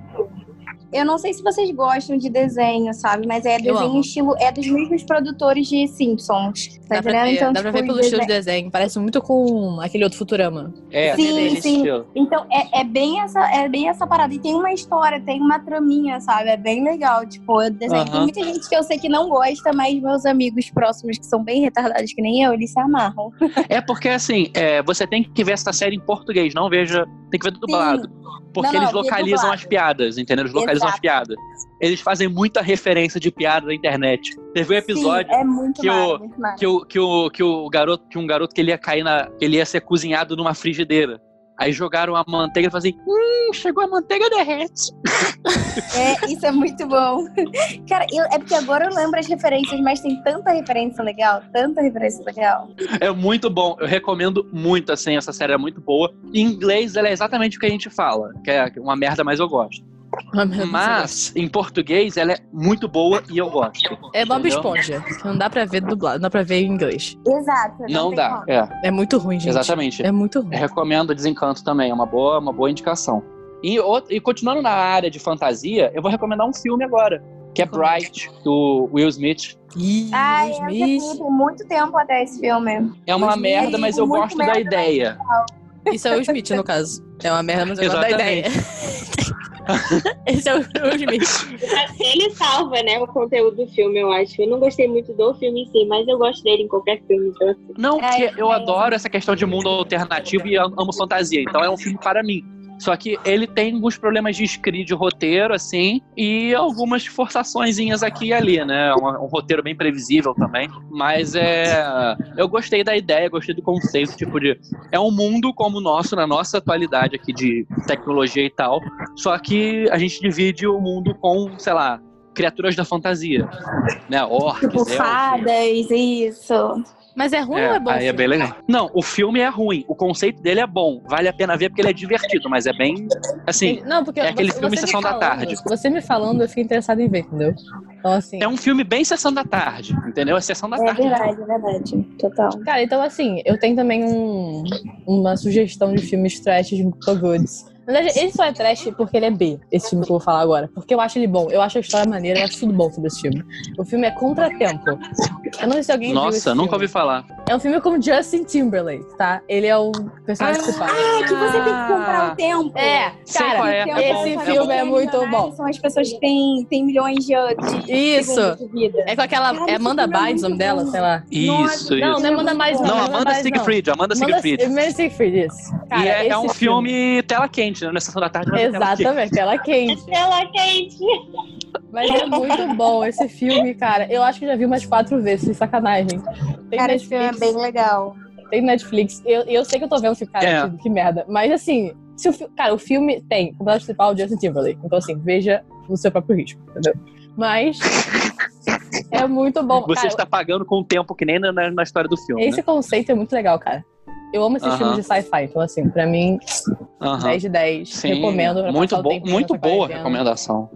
Speaker 3: eu não sei se vocês gostam de desenho, sabe? Mas é desenho
Speaker 2: amo.
Speaker 3: estilo. É dos mesmos produtores de Simpsons. Tá
Speaker 2: Dá pra,
Speaker 3: entendendo?
Speaker 2: ver,
Speaker 3: Então,
Speaker 2: dá pra
Speaker 3: tipo,
Speaker 2: ver pelo
Speaker 3: os
Speaker 2: estilo de
Speaker 3: desenhos-
Speaker 2: desenho. Parece muito com aquele outro Futurama. [LAUGHS]
Speaker 1: É,
Speaker 3: Sim,
Speaker 1: nesse
Speaker 3: sim.
Speaker 1: estilo.
Speaker 3: Então, é, é bem essa, é bem essa parada. E tem uma história, tem uma traminha, sabe? É bem legal. Tipo, eu desenho. Tem
Speaker 1: Aham.
Speaker 3: muita gente que eu sei que não gosta, mas meus amigos próximos, que são bem retardados que nem eu, eles se amarram.
Speaker 1: É porque, assim, é, você tem que ver essa série em português, não veja. Tem que ver dublado. Porque
Speaker 3: Não, não,
Speaker 1: eles
Speaker 3: eu vi
Speaker 1: localizam
Speaker 3: dublado.
Speaker 1: as piadas, entendeu? Eles localizam as
Speaker 3: Exato.
Speaker 1: piadas. Eles fazem muita referência de piada na internet. Teve um episódio.
Speaker 3: Sim, é muito
Speaker 1: que
Speaker 3: maneiro,
Speaker 1: o-
Speaker 3: muito maneiro.
Speaker 1: que o, que o, que o garoto, que um garoto que ele ia cair na, que ele ia ser cozinhado numa frigideira. Aí jogaram a manteiga e falaram assim: "Hum, chegou a manteiga derrete".
Speaker 3: É, isso é muito bom. [LAUGHS] Cara, eu- é porque agora eu lembro as referências, mas tem tanta referência legal, tanta referência legal.
Speaker 1: É muito bom. Eu recomendo muito assim, essa série é muito boa. Em inglês ela é exatamente o que a gente fala, que é uma merda, mas eu gosto. [LAUGHS] Mas em português ela é muito boa e eu gosto.
Speaker 2: É Bob
Speaker 1: Entendeu?
Speaker 2: Esponja. que Não dá pra ver dublado, não dá pra ver em inglês.
Speaker 3: Exato.
Speaker 1: Não
Speaker 3: tem
Speaker 1: dá,
Speaker 3: como.
Speaker 1: é,
Speaker 2: É muito ruim, gente.
Speaker 1: exatamente.
Speaker 2: É muito ruim.
Speaker 1: Eu Recomendo Desencanto também, é uma boa, uma boa indicação. E, outro- e continuando na área de fantasia, eu vou recomendar um filme agora, que é Bright, do Will Smith.
Speaker 2: Ih,
Speaker 3: Ai, eu
Speaker 2: Will
Speaker 3: já vi
Speaker 2: é Smith.
Speaker 3: por muito tempo até esse filme.
Speaker 1: É uma
Speaker 2: Will Smith,
Speaker 1: merda, mas eu
Speaker 3: muito
Speaker 1: gosto da
Speaker 3: merda, né?
Speaker 1: ideia.
Speaker 2: Isso é o Smith, no caso. É uma merda, mas eu gosto da ideia.
Speaker 1: Exatamente.
Speaker 2: [LAUGHS] Esse é o Will Smith.
Speaker 4: Ele salva, né, o conteúdo do filme, eu acho. Eu não gostei muito do filme em si, mas eu gosto dele em qualquer filme. Então, assim,
Speaker 1: Não,
Speaker 3: É,
Speaker 1: porque
Speaker 3: isso
Speaker 1: eu
Speaker 3: mesmo.
Speaker 1: adoro essa questão de mundo alternativo e am- amo fantasia. Então é um filme para mim. Só que ele tem alguns problemas de escrita, de roteiro, assim, e algumas forçaçõezinhas aqui e ali, né? Um, um roteiro bem previsível também. Mas é. Eu gostei da ideia, gostei do conceito, tipo, de. É um mundo como o nosso, na nossa atualidade aqui de tecnologia e tal. Só que a gente divide o mundo com, sei lá, criaturas da fantasia. Né? Orcs,
Speaker 3: Tipo,
Speaker 1: elfos,
Speaker 3: fadas, isso.
Speaker 2: Mas é ruim ou é bom?
Speaker 1: aí é
Speaker 2: filme?
Speaker 1: bem legal. Não, o filme é ruim. O conceito dele é bom. Vale a pena ver porque ele é divertido, mas é bem. Assim,
Speaker 2: Não, porque
Speaker 1: É aquele
Speaker 2: você-
Speaker 1: filme
Speaker 2: você me
Speaker 1: Sessão da
Speaker 2: falando-
Speaker 1: Tarde.
Speaker 2: Você me falando, eu fiquei interessada em ver, entendeu? Então, assim.
Speaker 1: é um filme bem sessão da tarde, entendeu? É sessão da
Speaker 3: É
Speaker 1: tarde.
Speaker 3: verdade, é verdade. Total.
Speaker 1: um
Speaker 2: Cara, então assim, eu tenho também um- uma sugestão de filmes trash muito goods. Na verdade, ele só é trash porque ele é B, esse filme que eu vou falar agora. Porque eu acho ele bom, eu acho a história maneira, eu acho tudo bom sobre esse filme. O filme é Contratempo. Eu não sei se alguém viu esse
Speaker 1: Nossa, nunca
Speaker 2: filme.
Speaker 1: ouvi falar.
Speaker 2: É um filme com Justin Timberlake, tá? Ele é o personagem principal.
Speaker 3: Ah, que você tem que comprar o tempo. Então, assim,
Speaker 2: É,
Speaker 1: Sei qual
Speaker 2: cara,
Speaker 1: é,
Speaker 3: Tempo
Speaker 1: é
Speaker 2: esse
Speaker 3: pra
Speaker 2: filme é
Speaker 3: quem
Speaker 2: muito
Speaker 3: milionário
Speaker 2: bom.
Speaker 3: São as pessoas que têm, têm milhões de anos. de
Speaker 2: Isso.
Speaker 3: segundos De vida.
Speaker 2: é com aquela.
Speaker 3: Cara,
Speaker 2: É
Speaker 3: esse
Speaker 2: Amanda
Speaker 3: filme é
Speaker 2: Bynes, o nome
Speaker 3: muito
Speaker 2: dela,
Speaker 3: bom.
Speaker 2: sei lá.
Speaker 1: Isso, isso.
Speaker 2: Não, não é Amanda Bynes, não.
Speaker 1: Não,
Speaker 2: não é
Speaker 1: Amanda
Speaker 2: Bynes, não.
Speaker 1: Siegfried, Amanda
Speaker 2: Manda
Speaker 1: Siegfried.
Speaker 2: Manda Siegfried, isso.
Speaker 1: E
Speaker 2: Cara,
Speaker 1: é, é
Speaker 2: esse
Speaker 1: um filme, tela quente, né? Na sessão da tarde. mas é tela quente.
Speaker 2: Exatamente, tela
Speaker 1: É
Speaker 2: quente.
Speaker 4: Ela quente.
Speaker 2: Mas é muito bom esse filme, cara. Eu acho que já vi umas quatro vezes, sem sacanagem. Tem
Speaker 3: Cara, esse filme é
Speaker 2: Netflix,
Speaker 3: bem legal.
Speaker 2: tem Netflix. Eu, eu sei que eu tô vendo esse cara,
Speaker 1: É.
Speaker 2: que, que merda. Mas assim, se o fi- cara, o filme tem o personagem principal o Justin Timberlake. Então assim, veja no seu próprio risco, entendeu? Mas é muito bom.
Speaker 1: Você
Speaker 2: cara,
Speaker 1: está pagando com o tempo, que nem na, na- na história do filme.
Speaker 2: esse
Speaker 1: Né?
Speaker 2: conceito é muito legal, cara. Eu amo esses
Speaker 1: Aham.
Speaker 2: filmes de sci-fi, então assim, pra mim,
Speaker 1: Aham.
Speaker 2: 10 de 10.
Speaker 1: Sim,
Speaker 2: recomendo. pra
Speaker 1: muito
Speaker 2: passar o
Speaker 1: bom,
Speaker 2: tempinho
Speaker 1: muito
Speaker 2: nessa
Speaker 1: boa
Speaker 2: quarentena.
Speaker 1: recomendação.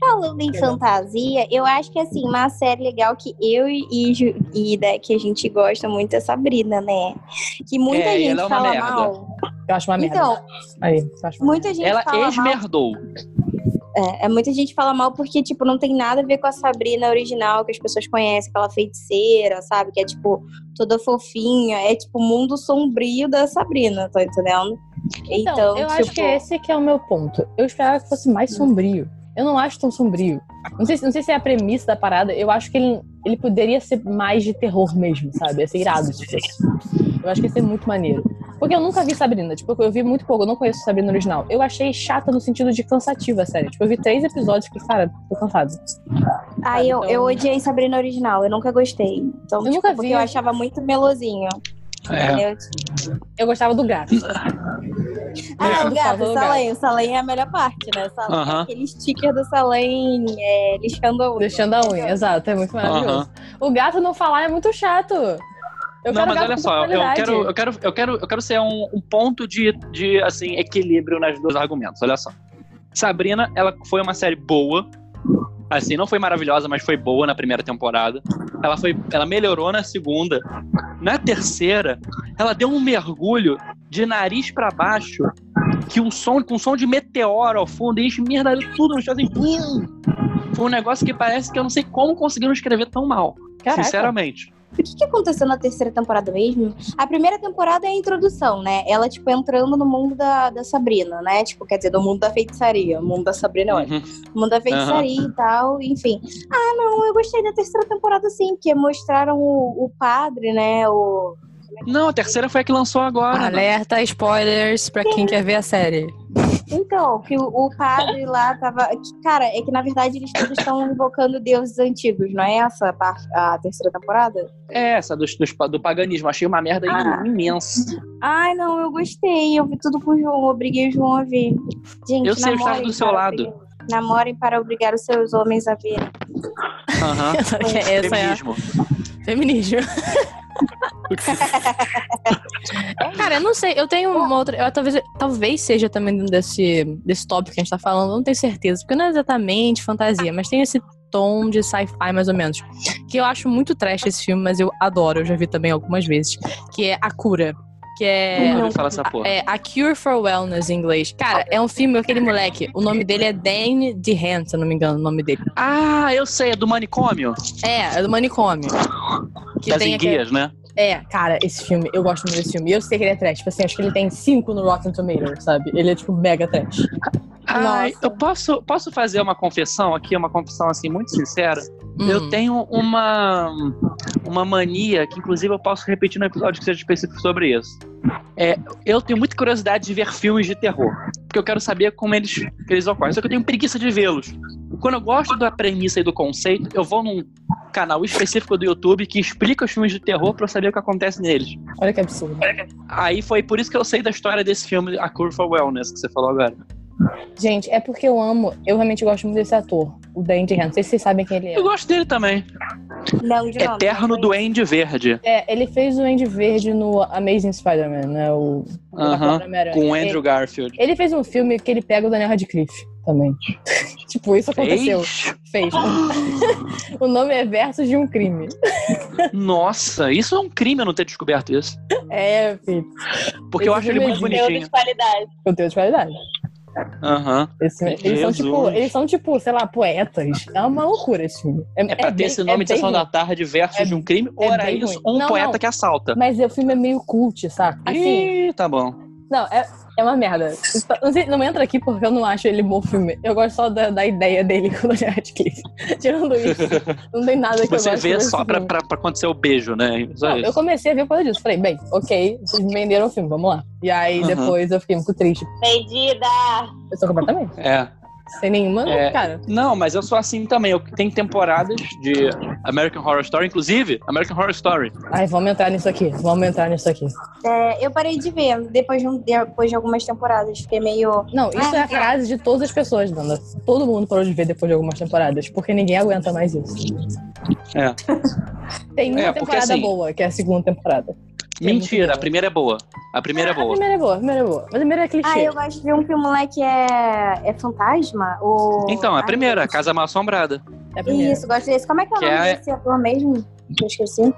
Speaker 3: Falando em fantasia, eu acho que assim, uma série legal que eu e Ju- e da que a gente gosta muito é Sabrina, né? Que muita
Speaker 1: É, e
Speaker 3: gente
Speaker 1: ela é uma
Speaker 3: fala
Speaker 1: merda.
Speaker 3: mal.
Speaker 2: Eu acho uma merda.
Speaker 3: Então,
Speaker 2: Aí, eu acho uma
Speaker 3: muita gente
Speaker 1: Ela
Speaker 3: fala mal.
Speaker 1: esmerdou.
Speaker 3: É, é, muita gente fala mal porque, tipo, não tem nada a ver com a Sabrina original que as pessoas conhecem, aquela feiticeira, sabe? Que é, tipo, toda fofinha. É, tipo, o mundo sombrio da Sabrina, tá entendendo?
Speaker 2: Então,
Speaker 3: Então,
Speaker 2: eu
Speaker 3: tipo,
Speaker 2: acho que esse que é o meu ponto. Eu esperava que fosse mais
Speaker 1: Hum.
Speaker 2: sombrio. Eu não acho tão sombrio. Não sei, se- não sei se é a premissa da parada. Eu acho que ele, ele poderia ser mais de terror mesmo, sabe? Ia ser irado se fosse. Eu acho que ia ser muito maneiro. Porque eu nunca vi Sabrina. Tipo, eu vi muito pouco. Eu não conheço Sabrina original. Eu achei chata no sentido de cansativa a série. Tipo, eu vi três episódios que, cara, tô cansado.
Speaker 3: Aí eu,
Speaker 2: então-
Speaker 3: eu odiei Sabrina original, eu nunca gostei. Então,
Speaker 2: Eu
Speaker 3: tipo,
Speaker 2: nunca
Speaker 3: porque
Speaker 2: vi.
Speaker 3: eu achava muito melosinho.
Speaker 1: É.
Speaker 3: entendeu?
Speaker 2: Eu gostava do
Speaker 1: [LAUGHS]
Speaker 2: gato.
Speaker 3: Ah,
Speaker 2: Gato,
Speaker 3: o gato,
Speaker 2: falou
Speaker 3: o
Speaker 2: gato.
Speaker 3: Salém. O Salém é a melhor parte, né? O Salém é
Speaker 1: Aham.
Speaker 3: aquele sticker do Salém é, lixando a unha.
Speaker 2: Deixando a unha. Exato, é muito maravilhoso. O gato não falar é muito chato.
Speaker 1: Não, mas
Speaker 2: Eu quero gato
Speaker 1: olha
Speaker 2: com
Speaker 1: só, eu
Speaker 2: personalidade.
Speaker 1: quero, eu quero, eu quero, eu quero ser um, um ponto de, de assim, equilíbrio nas dois argumentos. Olha só. Sabrina, ela foi uma série boa. Assim, não foi maravilhosa, mas foi boa na primeira temporada. Ela foi, ela melhorou na segunda. Na terceira, ela deu um mergulho de nariz pra baixo, que um som com um som de meteoro ao fundo e esmirna tudo no chão assim, bum! Foi um negócio que parece que eu não sei como conseguiram escrever tão mal,
Speaker 2: Caraca.
Speaker 1: sinceramente.
Speaker 3: O que, que aconteceu na terceira temporada mesmo? A primeira temporada é a introdução, né? Ela, tipo, entrando no mundo da, da Sabrina, né? Tipo, quer dizer, do mundo da feitiçaria. O mundo da Sabrina é ótimo.
Speaker 1: Uhum.
Speaker 3: O mundo da feitiçaria e tal, enfim. Ah, não, eu gostei da terceira temporada, sim, porque mostraram o, o padre, né? O,
Speaker 1: Não, a terceira foi a que lançou agora. né?
Speaker 2: Alerta, spoilers pra quem quer ver a série.
Speaker 3: Então, que o, o padre lá tava. que, cara, é que na verdade eles todos estão invocando deuses antigos, não é essa a, par- a terceira temporada?
Speaker 1: É, essa dos- dos pa- do, paganismo. Achei uma merda
Speaker 3: Ah.
Speaker 1: imensa.
Speaker 3: Ai, não, eu gostei. Eu vi tudo com o João, eu obriguei o João a ver. Gente,
Speaker 1: Eu sei, eu estava
Speaker 3: namorem
Speaker 1: do seu
Speaker 3: para
Speaker 1: lado.
Speaker 3: obrigar- namorem para obrigar os seus homens a verem.
Speaker 1: Aham.
Speaker 2: [LAUGHS] Essa é
Speaker 1: Feminismo.
Speaker 2: a- feminismo. Cara, eu não sei, eu tenho uma outra. eu talvez, talvez seja também desse, desse tópico que a gente tá falando, eu não tenho certeza, porque não é exatamente fantasia, mas tem esse tom de sci-fi, mais ou menos. Que eu acho muito trash esse filme, mas eu adoro, eu já vi também algumas vezes. Que é A Cura. Que é.
Speaker 1: Nunca ouvi falar essa porra.
Speaker 2: É, A Cure for Wellness em inglês. Cara, é um filme, aquele moleque. O nome dele é Dan DeHaan, se eu não me engano, o nome dele.
Speaker 1: Ah, eu sei, é do manicômio.
Speaker 2: É, é do manicômio. Que
Speaker 1: das
Speaker 2: tem aquele-
Speaker 1: enguias, né?
Speaker 2: É, cara, esse filme, eu gosto muito desse filme. E eu sei que ele é trash. Tipo assim, acho que ele tem 5 no Rotten Tomatoes, sabe? Ele é, tipo, mega trash.
Speaker 1: Ai,
Speaker 3: Nossa.
Speaker 1: eu posso, posso fazer uma confissão aqui, uma confissão assim, muito sincera. Eu
Speaker 2: Hum.
Speaker 1: tenho uma, uma mania, que inclusive eu posso repetir no episódio que seja específico sobre isso. É, eu tenho muita curiosidade de ver filmes de terror, porque eu quero saber como eles, que eles ocorrem. Só que eu tenho preguiça de vê-los. Quando eu gosto da premissa e do conceito, eu vou num canal específico do YouTube que explica os filmes de terror pra eu saber o que acontece neles.
Speaker 2: Olha que absurdo.
Speaker 1: Aí foi por isso que eu sei da história desse filme, A Cure for Wellness, que você falou agora.
Speaker 2: Gente, é porque eu amo, eu realmente gosto muito desse ator, o Dandy Han. Não sei se vocês sabem quem ele é.
Speaker 1: Eu gosto dele também.
Speaker 3: Não, de né? novo.
Speaker 1: Eterno Duende Verde.
Speaker 2: É, ele fez o Andy Verde no Amazing Spider-Man, né? O o
Speaker 1: Aham,
Speaker 2: Homem-Aranha.
Speaker 1: Com o Andrew Garfield.
Speaker 2: Ele, ele fez um filme que ele pega o Daniel Radcliffe também. [LAUGHS] tipo, isso aconteceu.
Speaker 1: Fez? [GASPS]
Speaker 2: Fez. o nome é Versos de um Crime.
Speaker 1: Nossa, isso é um crime eu não ter descoberto isso.
Speaker 2: É, filho,
Speaker 1: Porque eu
Speaker 2: Esse
Speaker 1: acho ele
Speaker 2: filme
Speaker 1: muito
Speaker 2: é
Speaker 4: Conteúdo
Speaker 1: bonitinho.
Speaker 4: de qualidade.
Speaker 2: conteúdo de qualidade.
Speaker 1: Aham.
Speaker 2: Esse- eles, são,
Speaker 1: Jesus.
Speaker 2: tipo, eles são, tipo, sei lá, poetas. É uma loucura esse filme.
Speaker 1: É pra ter
Speaker 2: bem-
Speaker 1: esse nome
Speaker 2: é
Speaker 1: de sessão
Speaker 2: bem
Speaker 1: da tarde versus
Speaker 2: É-
Speaker 1: de um crime, ou
Speaker 2: é
Speaker 1: era
Speaker 2: bem
Speaker 1: isso,
Speaker 2: ruim.
Speaker 1: ou um
Speaker 2: Não,
Speaker 1: poeta
Speaker 2: não.
Speaker 1: que assalta.
Speaker 2: Mas é, o filme é meio cult, saca? Assim,
Speaker 1: Ih, tá bom.
Speaker 2: não, é, é uma merda. Não, sei- não entra aqui porque eu não acho ele bom filme. Eu gosto só da, da ideia dele com o Daniel Radcliffe. [LAUGHS] Tirando isso, não tem nada que eu
Speaker 1: Você
Speaker 2: gosto
Speaker 1: vê
Speaker 2: desse
Speaker 1: só pra,
Speaker 2: filme.
Speaker 1: pra- pra acontecer o beijo, né? Só
Speaker 2: Não,
Speaker 1: isso.
Speaker 2: eu comecei a ver por causa disso. Falei, bem, ok, vocês me venderam o filme, vamos lá. E aí
Speaker 1: Aham.
Speaker 2: depois eu fiquei muito triste.
Speaker 4: Vendida!
Speaker 2: Eu sou completamente.
Speaker 1: É.
Speaker 2: Sem nenhuma,
Speaker 1: É.
Speaker 2: cara.
Speaker 1: Não, mas eu sou assim também. Eu, tem temporadas de American Horror Story, inclusive American Horror Story.
Speaker 2: Ai, vamos entrar nisso aqui, vamos entrar nisso aqui.
Speaker 3: É, eu parei de ver depois de, um- depois de algumas temporadas. Fiquei meio.
Speaker 2: Não, isso é a frase de todas as pessoas, Nanda. Todo mundo parou de ver depois de algumas temporadas, porque ninguém aguenta mais isso.
Speaker 1: É.
Speaker 2: Tem uma
Speaker 1: É, porque,
Speaker 2: temporada
Speaker 1: assim,
Speaker 2: boa, que é a segunda temporada. Que é muito
Speaker 1: Mentira,
Speaker 2: boa.
Speaker 1: a primeira é boa. A primeira é
Speaker 2: A
Speaker 1: boa.
Speaker 2: primeira é boa, a primeira é boa. Mas a primeira é clichê.
Speaker 3: Ah, eu gosto de um que o moleque é. É fantasma? Ou...
Speaker 1: Então, a
Speaker 3: Ai,
Speaker 1: primeira, Casa Mal Assombrada.
Speaker 2: É a primeira.
Speaker 3: Isso, gosto desse. Como é que é o
Speaker 1: Que
Speaker 3: nome
Speaker 1: é-
Speaker 3: desse ator mesmo? Eu esqueci.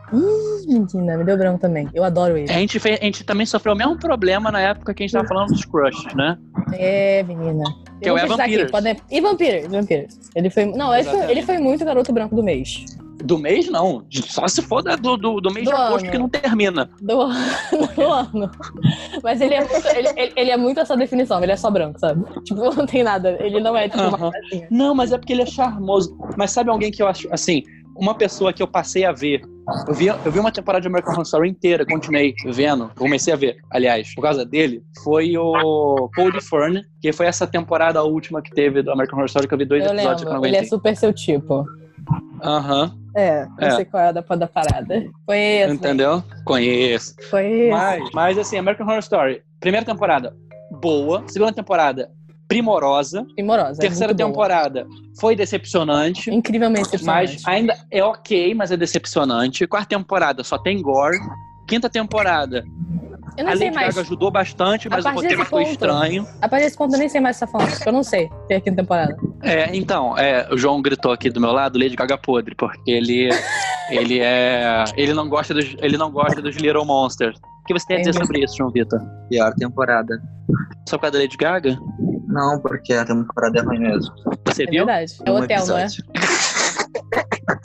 Speaker 2: Menina, me deu branco também. Eu adoro ele.
Speaker 1: A gente, fez- a gente também sofreu o mesmo problema na época que a gente tava falando dos crushes, né?
Speaker 2: É, menina.
Speaker 1: Que
Speaker 2: Eu
Speaker 1: é o
Speaker 2: vou
Speaker 1: Evan
Speaker 2: pesquisar aqui,
Speaker 1: Peters.
Speaker 2: podem- E Vampiro, Vampiro. Ele foi. Não, ele foi,
Speaker 1: Exatamente.
Speaker 2: ele foi muito garoto branco do mês.
Speaker 1: Do mês, não. Só se for da- do, do, do mês
Speaker 2: Do
Speaker 1: de agosto
Speaker 2: ano.
Speaker 1: que não termina.
Speaker 2: Do, do ano. [LAUGHS] Mas ele é, muito, ele, ele- ele é muito essa definição, ele é só branco, sabe? Tipo, não tem nada. Ele não é tipo uma
Speaker 1: Aham.
Speaker 2: casinha.
Speaker 1: Não, mas é porque ele é charmoso. Mas sabe alguém que eu acho, assim, uma pessoa que eu passei a ver. Eu vi, eu vi uma temporada de American Horror Story inteira, continuei vendo, comecei a ver, aliás, por causa dele, foi o Paul DeFern, que foi essa temporada última que teve do American Horror Story, que eu vi dois
Speaker 2: Eu
Speaker 1: episódios que eu não
Speaker 2: lembro, ele é
Speaker 1: aguentei.
Speaker 2: super seu tipo.
Speaker 1: Aham,
Speaker 2: É, não
Speaker 1: É.
Speaker 2: sei qual é a da, da parada. Foi esse.
Speaker 1: entendeu? Conheço.
Speaker 2: Foi esse.
Speaker 1: Mas, mas, assim, American Horror Story, primeira temporada, boa. Segunda temporada, primorosa.
Speaker 2: Primorosa. é
Speaker 1: Terceira
Speaker 2: muito boa.
Speaker 1: temporada, foi decepcionante.
Speaker 2: Incrivelmente excepcional.
Speaker 1: Mas ainda é ok, mas é decepcionante. Quarta temporada só tem gore. Quinta temporada,
Speaker 2: Eu
Speaker 1: a
Speaker 2: não sei
Speaker 1: Lady
Speaker 2: mais.
Speaker 1: Gaga ajudou bastante, mas o
Speaker 2: partir
Speaker 1: roteiro
Speaker 2: desse
Speaker 1: ficou
Speaker 2: ponto-
Speaker 1: estranho.
Speaker 2: A partir desse ponto eu nem sei mais o que você tá falando, porque eu não sei. Tem a quinta temporada.
Speaker 1: É, então, é, o João gritou aqui do meu lado, Lady Gaga podre, porque ele ele é ele não gosta dos ele não gosta dos Little Monsters. O que você tem a dizer
Speaker 2: Entendi.
Speaker 1: sobre isso, João Vitor?
Speaker 6: Pior temporada.
Speaker 1: Só por causa da Lady Gaga?
Speaker 6: Não, porque a temporada é ruim mesmo.
Speaker 1: Você
Speaker 2: É
Speaker 1: viu?
Speaker 2: verdade. É o
Speaker 6: Um
Speaker 2: hotel, não é?
Speaker 6: episódio.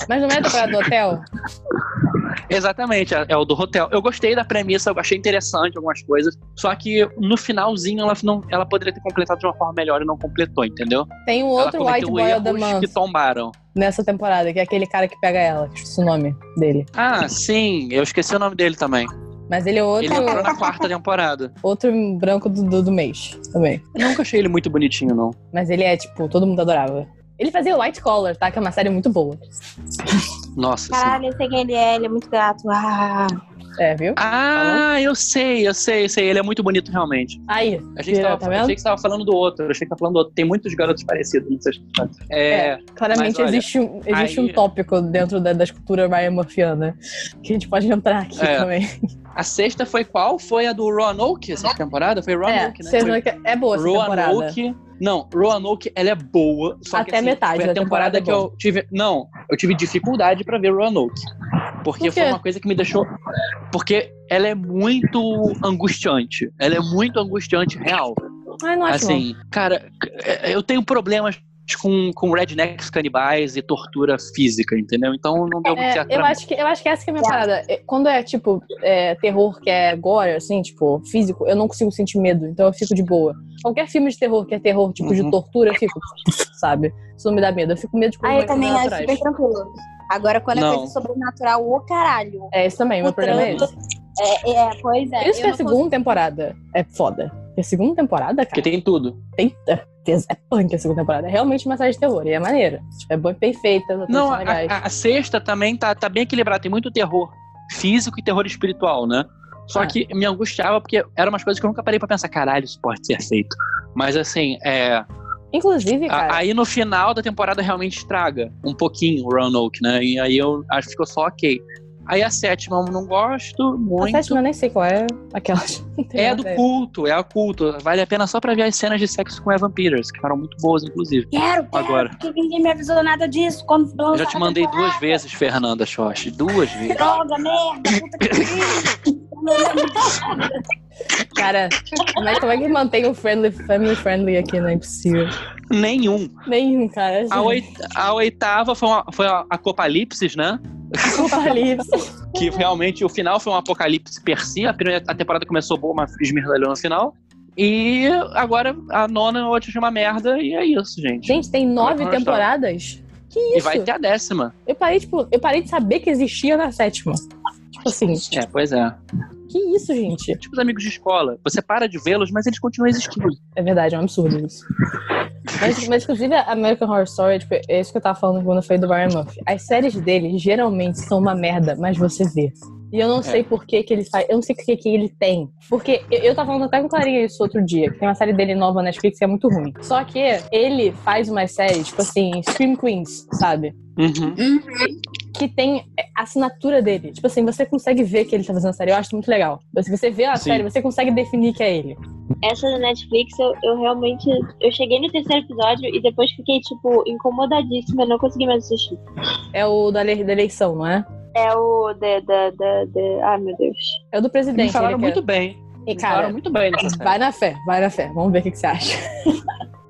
Speaker 2: Mas não é a temporada do hotel?
Speaker 1: Exatamente, é é o do hotel. Eu gostei da premissa, eu achei interessante algumas coisas, só que no finalzinho ela não ela poderia ter completado de uma forma melhor e não completou, entendeu?
Speaker 2: Tem um outro
Speaker 1: ela
Speaker 2: White
Speaker 1: cometeu
Speaker 2: Boy of the
Speaker 1: erros que tá-
Speaker 2: Month
Speaker 1: tombaram.
Speaker 2: nessa temporada, que é aquele cara que pega ela. que Esqueci o nome dele.
Speaker 1: Ah, sim, eu esqueci o nome dele também.
Speaker 2: Mas ele é outro,
Speaker 1: Ele entrou na quarta temporada.
Speaker 2: outro branco do, do, do mês também.
Speaker 1: Eu nunca achei ele muito bonitinho, não.
Speaker 2: Mas ele é, tipo, todo mundo adorava. Ele fazia White Collar, tá? Que é uma série muito boa.
Speaker 1: Nossa senhora.
Speaker 3: Caralho, eu sei quem ele é, ele é muito gato. Ah.
Speaker 2: É, viu?
Speaker 1: Ah, eu sei, eu sei, eu sei. Ele é muito bonito, realmente.
Speaker 2: Aí,
Speaker 1: A gente
Speaker 2: Vira,
Speaker 1: tava,
Speaker 2: tá vendo?
Speaker 1: achei que você tava falando do outro. Achei que tava falando do outro. Tem muitos garotos parecidos, não sei se é,
Speaker 2: É, claramente
Speaker 1: mas olha,
Speaker 2: existe, um, existe
Speaker 1: aí-
Speaker 2: um tópico dentro da, das culturas Ryan Murphyana que a gente pode entrar aqui
Speaker 1: É,
Speaker 2: também.
Speaker 1: A sexta foi qual? Foi a do Roanoke essa temporada? Foi
Speaker 2: É,
Speaker 1: Roanoke, né?
Speaker 2: vocês
Speaker 1: Foi
Speaker 2: não- é boa essa temporada.
Speaker 1: Roanoke. Não, Roanoke, ela é boa. Só que,
Speaker 2: Até
Speaker 1: assim,
Speaker 2: metade
Speaker 1: Foi a
Speaker 2: da
Speaker 1: temporada,
Speaker 2: temporada é
Speaker 1: que eu tive. Não, eu tive dificuldade pra ver Roanoke. Porque
Speaker 2: Por quê?
Speaker 1: foi uma coisa que me deixou. Porque ela é muito angustiante. Ela é muito angustiante, real.
Speaker 2: Ai, não acho
Speaker 1: assim, cara, c- eu tenho problemas. Com, com rednecks canibais e tortura física, entendeu? Então não deu
Speaker 2: não.
Speaker 1: muito
Speaker 2: É,
Speaker 1: certo
Speaker 2: eu,
Speaker 1: pra mim.
Speaker 2: acho que, eu acho que essa que é a minha parada. É, Quando é, tipo, é, terror que é gore, assim, tipo, físico, eu não consigo sentir medo, então eu fico de boa. Qualquer filme de terror que é terror, tipo, de
Speaker 1: Uhum.
Speaker 2: tortura, eu fico, sabe? Isso não me dá medo. Eu fico com medo de
Speaker 3: Ah,
Speaker 2: coisas
Speaker 3: eu também acho
Speaker 2: sobrenaturais.
Speaker 3: super tranquilo. Agora, quando
Speaker 1: Tá, Não.
Speaker 3: é coisa sobrenatural, ô caralho.
Speaker 2: É, isso também, meu
Speaker 3: O
Speaker 2: problema é
Speaker 3: trânsito-
Speaker 2: esse.
Speaker 3: É, é, pois é.
Speaker 2: Isso que é
Speaker 3: eu
Speaker 2: a
Speaker 3: não
Speaker 2: segunda temporada. É foda. Porque a segunda temporada, cara.
Speaker 1: Porque tem tudo.
Speaker 2: tem, é, pes- é punk a segunda temporada. É realmente uma série de terror. E é maneira. Tipo, é bem perfeita, as
Speaker 1: Não,
Speaker 2: são
Speaker 1: a,
Speaker 2: legais.
Speaker 1: a- a sexta também tá, tá bem equilibrada. Tem muito terror físico e terror espiritual, né? Só
Speaker 2: Ah.
Speaker 1: que me angustiava porque eram umas coisas que eu nunca parei pra pensar, caralho, isso pode ser feito. Mas assim, é,
Speaker 2: Inclusive,
Speaker 1: a-
Speaker 2: cara.
Speaker 1: aí no final da temporada realmente estraga um pouquinho o Roanoke, né? E aí eu acho que ficou só ok. Aí a sétima eu não gosto
Speaker 2: A
Speaker 1: muito.
Speaker 2: sétima eu nem sei qual é. Aquelas. [LAUGHS] Não tenho
Speaker 1: É do
Speaker 2: ideia.
Speaker 1: culto, é a culto. Vale a pena só pra ver as cenas de sexo com Evan Peters, que ficaram muito boas, inclusive.
Speaker 3: Quero, quero,
Speaker 1: Agora.
Speaker 3: porque ninguém me avisou nada disso. Quando
Speaker 1: Eu já te mandei duas vezes, Fernanda Schoch. Duas vezes.
Speaker 3: Droga, merda, puta que pariu.
Speaker 2: Cara, como é, como é que mantém o friendly, family friendly aqui? Não é impossível.
Speaker 1: Nenhum.
Speaker 2: Nenhum, cara.
Speaker 1: A,
Speaker 2: [LAUGHS]
Speaker 1: oit- a oitava foi, uma, foi a Apocalipse, né?
Speaker 2: Apocalipse.
Speaker 1: Que realmente o final foi um apocalipse per si. A, primeira, a temporada começou boa, mas esmerdalhou no final. E agora a nona eu acho uma merda e é isso, gente.
Speaker 2: Gente, tem
Speaker 1: Horror
Speaker 2: nove
Speaker 1: Story.
Speaker 2: temporadas? Que isso?
Speaker 1: E vai ter a décima.
Speaker 2: Eu parei, tipo, eu parei de saber que existia na sétima. Tipo assim,
Speaker 1: É, pois é.
Speaker 2: que isso, gente?
Speaker 1: Tipo os amigos de escola. Você para de vê-los, mas eles continuam existindo.
Speaker 2: É verdade, é um absurdo isso. Mas, mas, inclusive, a American Horror Story, tipo, é isso que eu tava falando quando eu falei do Ryan Murphy. As séries dele geralmente são uma merda, mas você vê. E eu não sei por que que ele faz. Eu não sei o que que ele tem. Porque eu, eu tava falando até com Clarinha isso outro dia, que tem uma série dele nova na Netflix que é muito ruim. Só que ele faz umas séries, tipo assim, Scream Queens, sabe?
Speaker 1: Uhum.
Speaker 2: que tem a assinatura dele. Tipo assim, você consegue ver que ele tá fazendo a série. Eu acho muito legal. Se você vê a
Speaker 1: Sim.
Speaker 2: série, você consegue definir que é ele.
Speaker 4: Essa da Netflix, eu, eu realmente. Eu cheguei no terceiro episódio e depois fiquei, tipo, incomodadíssima. Eu não consegui mais assistir.
Speaker 2: É o da, ele- da eleição, não é?
Speaker 4: É o. Da, da, da, da- Ai, meu Deus.
Speaker 2: É o do presidente.
Speaker 1: Me falaram
Speaker 2: ele
Speaker 1: muito
Speaker 2: quer-
Speaker 1: bem.
Speaker 2: E,
Speaker 1: Me
Speaker 2: cara,
Speaker 1: falaram muito bem nessa série.
Speaker 2: vai na fé, vai na fé. Vamos ver o que, que você acha.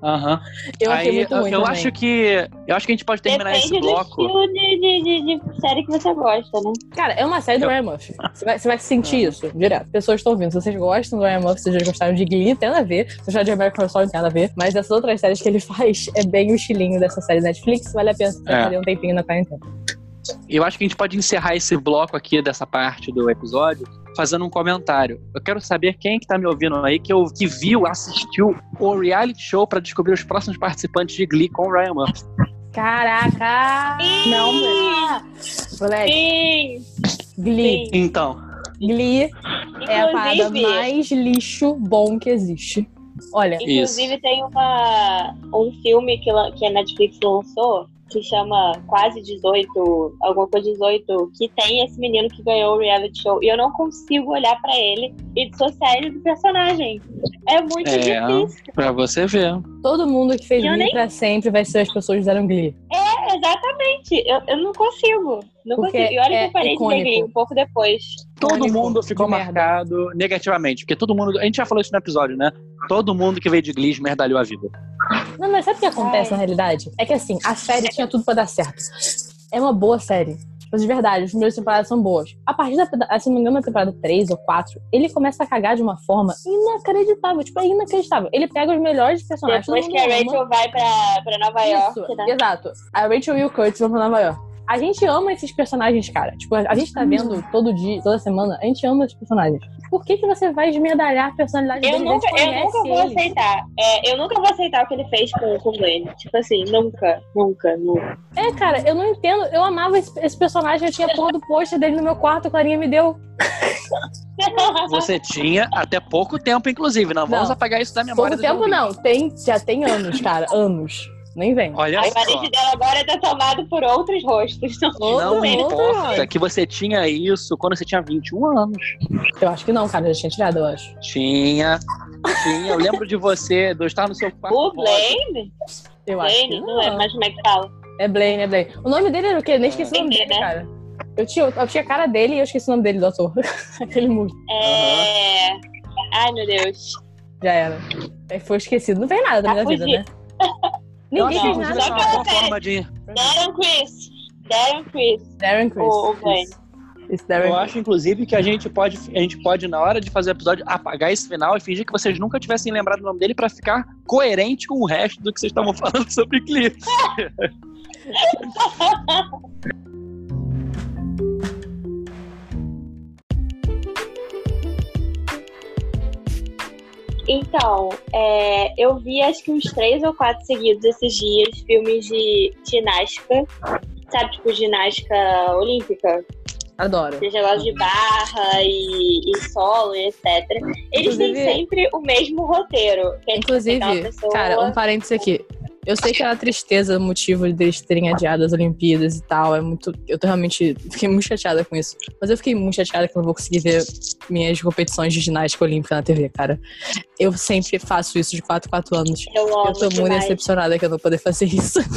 Speaker 1: Aham.
Speaker 2: Eu achei
Speaker 1: Aí,
Speaker 2: muito
Speaker 1: eu-
Speaker 2: ruim
Speaker 1: Eu
Speaker 2: também.
Speaker 1: acho que. Eu acho que a gente pode terminar
Speaker 4: Depende
Speaker 1: esse
Speaker 4: do
Speaker 1: bloco.
Speaker 4: estilo de, de, de- de série que você gosta, né?
Speaker 2: Cara, é uma série do
Speaker 1: Eu- Ah.
Speaker 2: Ryan Murphy. Você vai, você vai sentir isso, direto. Pessoas estão ouvindo. Se vocês gostam do Ryan Murphy, se vocês gostaram de Glee, tem nada a ver. Se gostaram de American Horror Story, não tem nada a ver. Mas essas outras séries que ele [LAUGHS] faz, é bem o estilinho dessa série da Netflix. Vale a pena você
Speaker 1: É.
Speaker 2: perder um tempinho na quarentena.
Speaker 1: Eu acho que a gente pode encerrar esse bloco aqui dessa parte do episódio fazendo um comentário. Eu quero saber quem que tá me ouvindo aí que, eu, que viu, assistiu o reality show pra descobrir os próximos participantes de Glee com o Ryan Murphy.
Speaker 2: Caraca! Não, moleque.
Speaker 4: Sim!
Speaker 2: Glee.
Speaker 4: sim.
Speaker 1: Então,
Speaker 2: Glee é a parada
Speaker 4: Inclusive-
Speaker 2: mais lixo bom que existe. Olha,
Speaker 4: Inclusive, tem uma, um filme que, la- que a Netflix lançou que chama Quase 18, alguma coisa 18, que tem esse menino que ganhou o reality show. E eu não consigo olhar pra ele e dissociar ele do personagem. É muito
Speaker 1: É.
Speaker 4: difícil.
Speaker 1: pra você ver.
Speaker 2: todo mundo que fez
Speaker 4: Eu
Speaker 2: Glee
Speaker 4: nem-
Speaker 2: pra sempre vai ser as pessoas que fizeram Glee.
Speaker 4: É, exatamente. Eu, eu não consigo. Não
Speaker 2: Porque
Speaker 4: consigo. E olha
Speaker 2: é
Speaker 4: que eu parei
Speaker 2: icônico.
Speaker 4: de ver Glee um pouco depois.
Speaker 1: Todo
Speaker 2: Icônico
Speaker 1: mundo
Speaker 2: de
Speaker 1: ficou
Speaker 2: merda.
Speaker 1: marcado negativamente, porque todo mundo. A gente já falou isso no episódio, né? Todo mundo que veio de Glee esmerdalhou a vida.
Speaker 2: Não, mas sabe o que acontece na realidade? É que assim, a série tinha tudo pra dar certo. É uma boa série. Mas de verdade, as primeiras temporadas são boas. A partir da, se não me engano, da temporada 3 ou 4, ele começa a cagar de uma forma inacreditável. Tipo, é inacreditável. Ele pega os melhores personagens.
Speaker 4: Depois
Speaker 2: todo
Speaker 4: que a
Speaker 2: mundo ama.
Speaker 4: Rachel vai pra, pra Nova
Speaker 2: Isso,
Speaker 4: York, né?
Speaker 2: exato. A Rachel e o Kurt vão pra Nova York. A gente ama esses personagens, cara. Tipo, a a gente tá
Speaker 4: Uhum.
Speaker 2: vendo todo dia, toda semana, a gente ama esses personagens. Por que, que você vai esmedalhar a personalidade
Speaker 4: Eu
Speaker 2: deles?
Speaker 4: nunca,
Speaker 2: a gente
Speaker 4: eu nunca
Speaker 2: conhece
Speaker 4: vou
Speaker 2: eles.
Speaker 4: aceitar. É, eu nunca vou aceitar o que ele fez com, com o Glenn. Tipo assim, nunca, nunca, nunca.
Speaker 2: É, cara, eu não entendo. Eu amava esse, esse personagem, eu tinha porra do pôster dele no meu quarto, a Clarinha me deu.
Speaker 4: [LAUGHS]
Speaker 1: Você tinha até pouco tempo, inclusive. Não, vamos
Speaker 2: Não.
Speaker 1: apagar isso da memória.
Speaker 2: Pouco
Speaker 1: dos
Speaker 2: tempo
Speaker 1: ouvintes.
Speaker 2: não, tem, já tem anos, cara, anos. Nem vem.
Speaker 1: Olha
Speaker 4: A
Speaker 1: só.
Speaker 4: parede dela agora tá tomada por outros rostos.
Speaker 1: Não
Speaker 2: Outro, outro,
Speaker 1: importa
Speaker 2: olha.
Speaker 1: que você tinha isso quando você tinha 21 anos.
Speaker 2: Eu acho que não, cara, eu já tinha tirado, eu acho.
Speaker 1: Tinha. Tinha. Eu lembro de você, de eu estar no seu quarto.
Speaker 4: O Blaine?
Speaker 2: Eu acho que
Speaker 4: Blaine? Não é mais como é que fala.
Speaker 2: É Blaine, é Blaine. O nome dele era o quê? Nem esqueci o nome
Speaker 4: Tem
Speaker 2: dele,
Speaker 4: que, né?
Speaker 2: cara. Eu tinha, eu tinha a cara dele e eu esqueci o nome dele do ator. [LAUGHS] Aquele muito.
Speaker 4: É. Ai, meu Deus.
Speaker 2: Já era. Aí Foi esquecido. Não fez nada da
Speaker 4: Tá
Speaker 2: minha vida, né?
Speaker 4: fugido.
Speaker 1: Eu
Speaker 2: Ninguém
Speaker 1: acho que,
Speaker 2: fez
Speaker 4: não.
Speaker 1: inclusive,
Speaker 2: nada.
Speaker 1: essa é uma boa forma de.
Speaker 4: Deram Chris. Deram Chris.
Speaker 2: Darren Criss.
Speaker 4: O- o Blaine.
Speaker 2: Isso, Isso,
Speaker 1: Eu
Speaker 2: Darren Criss.
Speaker 1: acho, inclusive, que a gente pode, a gente pode na hora de fazer o episódio, apagar esse final e fingir que vocês nunca tivessem lembrado o nome dele pra ficar coerente com o resto do que vocês estavam [LAUGHS] falando sobre Glee.
Speaker 4: Então, é, eu vi acho que uns três ou quatro seguidos esses dias filmes de ginástica. Sabe, tipo, ginástica olímpica?
Speaker 2: Adoro.
Speaker 4: seja negócio de barra e, e solo e etc. Eles
Speaker 2: Inclusive-
Speaker 4: têm sempre o mesmo roteiro. Que é tipo,
Speaker 2: Inclusive,
Speaker 4: pegar uma pessoa-
Speaker 2: cara, um parênteses aqui. Eu sei que era tristeza o motivo deles terem adiado as Olimpíadas e tal. É muito. Eu tô realmente fiquei muito chateada com isso. Mas eu fiquei muito chateada que eu não vou conseguir ver minhas competições de ginástica olímpica na TV, cara. Eu sempre faço isso de 4 4 anos.
Speaker 4: eu amo
Speaker 2: Eu tô muito
Speaker 4: demais.
Speaker 2: decepcionada que eu não vou poder fazer isso. [LAUGHS]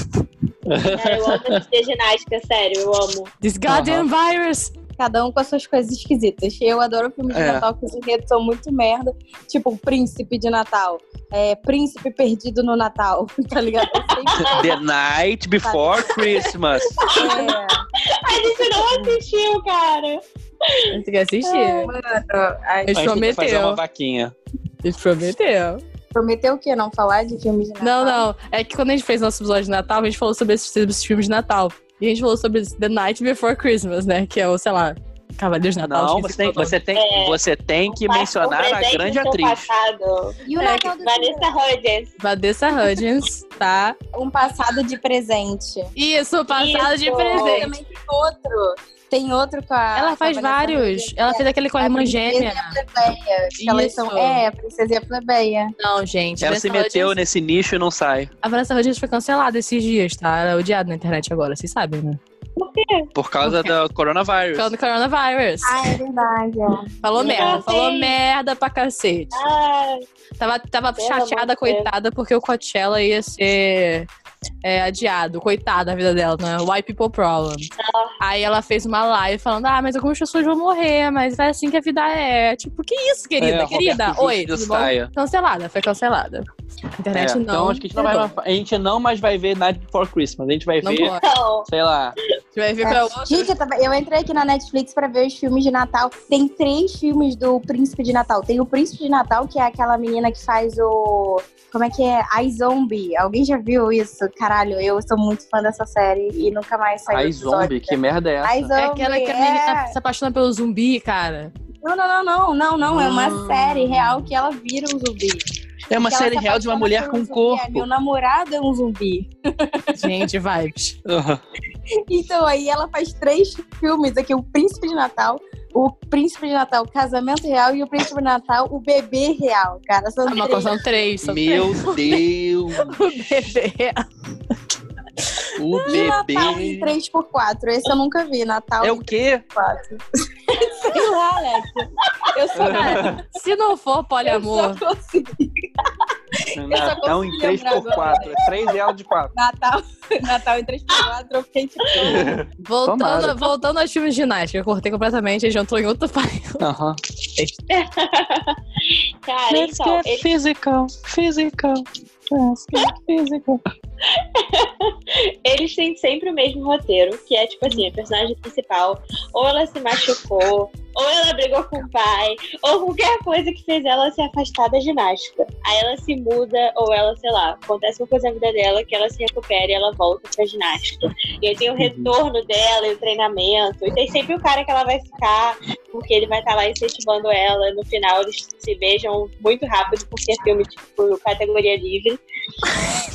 Speaker 4: Cara, eu amo assistir ginástica, sério, eu amo.
Speaker 2: This goddamn virus!
Speaker 3: Cada um com as suas coisas esquisitas. Eu adoro filmes de
Speaker 6: É.
Speaker 3: Natal que os enredos são muito merda. Tipo, Príncipe de Natal. É, Príncipe Perdido no Natal, [LAUGHS] tá ligado? Eu sempre-
Speaker 1: The Night Before
Speaker 4: [LAUGHS]
Speaker 1: Christmas.
Speaker 3: [LAUGHS] É.
Speaker 4: A gente não assistiu, cara.
Speaker 2: Eu assim, tenho que
Speaker 3: É.
Speaker 2: assistir.
Speaker 7: Mano, ai,
Speaker 2: Ele
Speaker 1: A gente tem que fazer uma
Speaker 2: prometeu.
Speaker 1: vaquinha.
Speaker 2: Ele prometeu.
Speaker 3: Prometeu o quê? Não falar de filmes de Natal?
Speaker 2: Não, não. É que quando a gente fez nosso episódio de Natal, a gente falou sobre esses, esses filmes de Natal. E a gente falou sobre The Night Before Christmas, né? Que é o, sei lá, Cavaleiros de Natal.
Speaker 1: Não,
Speaker 2: esqueci
Speaker 1: você tem,
Speaker 2: qual é o nome.
Speaker 1: você tem, você tem que mencionar
Speaker 4: Um
Speaker 1: a
Speaker 4: presente
Speaker 1: grande
Speaker 4: do seu
Speaker 1: atriz.
Speaker 4: Passado.
Speaker 3: E o
Speaker 2: É,
Speaker 3: Natal do
Speaker 4: Vanessa Hudgens.
Speaker 2: Vanessa Hudgens, tá?
Speaker 3: Um passado de presente.
Speaker 2: Isso, passado de
Speaker 4: Isso.
Speaker 3: Mas
Speaker 2: presente.
Speaker 3: também tem outro. Tem outro com a.
Speaker 2: Ela faz
Speaker 3: com a Vanessa
Speaker 2: vários.
Speaker 3: Hudgens,
Speaker 2: Ela
Speaker 3: é.
Speaker 2: fez aquele com a
Speaker 3: A
Speaker 2: irmã
Speaker 3: Princesa
Speaker 2: gêmea.
Speaker 3: e a Plebeia. Que elas
Speaker 2: Isso.
Speaker 3: são. É, a Princesa e a Plebeia.
Speaker 2: Não, gente.
Speaker 1: Ela
Speaker 2: Vanessa
Speaker 1: se meteu né?
Speaker 2: Hudgens-
Speaker 1: nesse nicho e não sai.
Speaker 2: A Vanessa Hudgens foi cancelada esses dias, tá? Ela é odiada na internet agora, vocês sabem, né?
Speaker 1: Por causa do coronavírus.
Speaker 2: Ficando coronavírus.
Speaker 3: Ah, é verdade. é.
Speaker 2: Falou merda.
Speaker 4: Não,
Speaker 2: Falou
Speaker 4: tem-
Speaker 2: merda pra cacete.
Speaker 4: Ah,
Speaker 2: Tava, tava
Speaker 4: Pelo
Speaker 2: chateada,
Speaker 4: amor de Deus.
Speaker 2: coitada, porque o Coachella ia ser é, adiado. Coitada a vida dela, né? White people problem.
Speaker 4: Ah.
Speaker 2: Aí ela fez uma live falando, ah, mas algumas pessoas vão morrer, mas é assim que a vida é. Tipo, que isso, querida?
Speaker 1: É,
Speaker 2: querida,
Speaker 1: Roberto
Speaker 2: oi,
Speaker 1: Justus
Speaker 2: tudo bom?
Speaker 1: saia.
Speaker 2: Cancelada, foi cancelada.
Speaker 1: É,
Speaker 2: Internet não.
Speaker 1: então acho que a gente não, vai,
Speaker 2: perdoa.
Speaker 1: mais- a gente não mais vai ver Night Before Christmas. A gente vai
Speaker 2: Não
Speaker 1: ver,
Speaker 2: pode.
Speaker 4: então,
Speaker 1: sei lá.
Speaker 2: A gente vai ver qual é o outro.
Speaker 3: Gente, eu, tava- eu entrei aqui na Netflix pra ver os filmes de Natal. Tem três filmes do Príncipe de Natal. Tem o Príncipe de Natal, que é aquela menina que faz o. Como é que é? I Zombie. Alguém já viu isso? Caralho, eu sou muito fã dessa série e nunca mais saiu.
Speaker 1: Ai,
Speaker 3: episódio.
Speaker 1: zombie, que merda é essa?
Speaker 3: I Zombie.
Speaker 2: É aquela que a menina se apaixona pelo zumbi, cara.
Speaker 3: Não, não, não, não, não, não. É uma
Speaker 2: Ah.
Speaker 3: série real que ela vira um zumbi.
Speaker 1: É uma
Speaker 3: Que ela
Speaker 1: série
Speaker 2: tá
Speaker 3: se
Speaker 1: real de uma
Speaker 3: apaixona
Speaker 1: mulher
Speaker 3: por
Speaker 1: com um
Speaker 3: zumbi. É,
Speaker 1: corpo.
Speaker 3: meu namorado é um zumbi.
Speaker 2: Gente, vibes.
Speaker 1: Aham.
Speaker 3: Então aí ela faz três filmes aqui: o Príncipe de Natal, o Príncipe de Natal Casamento Real e o Príncipe de Natal o Bebê Real, cara. São
Speaker 2: É uma
Speaker 3: três.
Speaker 2: coisa, são três. São
Speaker 1: Meu Deus,
Speaker 2: três. [LAUGHS] Bebê.
Speaker 1: o
Speaker 3: E
Speaker 2: tá
Speaker 3: Natal
Speaker 1: bebê.
Speaker 3: em 3x4. Esse é eu nunca vi. Natal
Speaker 1: É
Speaker 3: em
Speaker 1: o quê?
Speaker 3: 3x4. Sei lá, Alex. Eu [LAUGHS] só,
Speaker 2: Se não for
Speaker 3: eu
Speaker 2: poliamor,
Speaker 3: só consigo.
Speaker 1: Natal em
Speaker 3: consegui
Speaker 1: 3x4.
Speaker 3: lembrar
Speaker 1: 3 real é de 4.
Speaker 3: Natal, Natal em 3x4, eu fiquei tipo.
Speaker 2: Voltando,
Speaker 1: Tomara.
Speaker 2: voltando aos filmes de ginástica, eu cortei completamente, a gente entrou em outro [LAUGHS] país.
Speaker 1: Aham.
Speaker 4: cara, então, ele-
Speaker 1: physical, physical. Let's get physical.
Speaker 4: [LAUGHS] eles têm sempre o mesmo roteiro, que é tipo assim, a personagem principal, ou ela se machucou, ou ela brigou com o pai, ou qualquer coisa que fez ela se afastar da ginástica. Aí ela se muda, ou ela, sei lá, acontece uma coisa na vida dela que ela se recupera e ela volta pra ginástica. E aí tem o retorno dela e o treinamento. E tem sempre o cara que ela vai ficar, porque ele vai estar lá incentivando ela. No final eles se beijam muito rápido, porque é filme, tipo, categoria livre.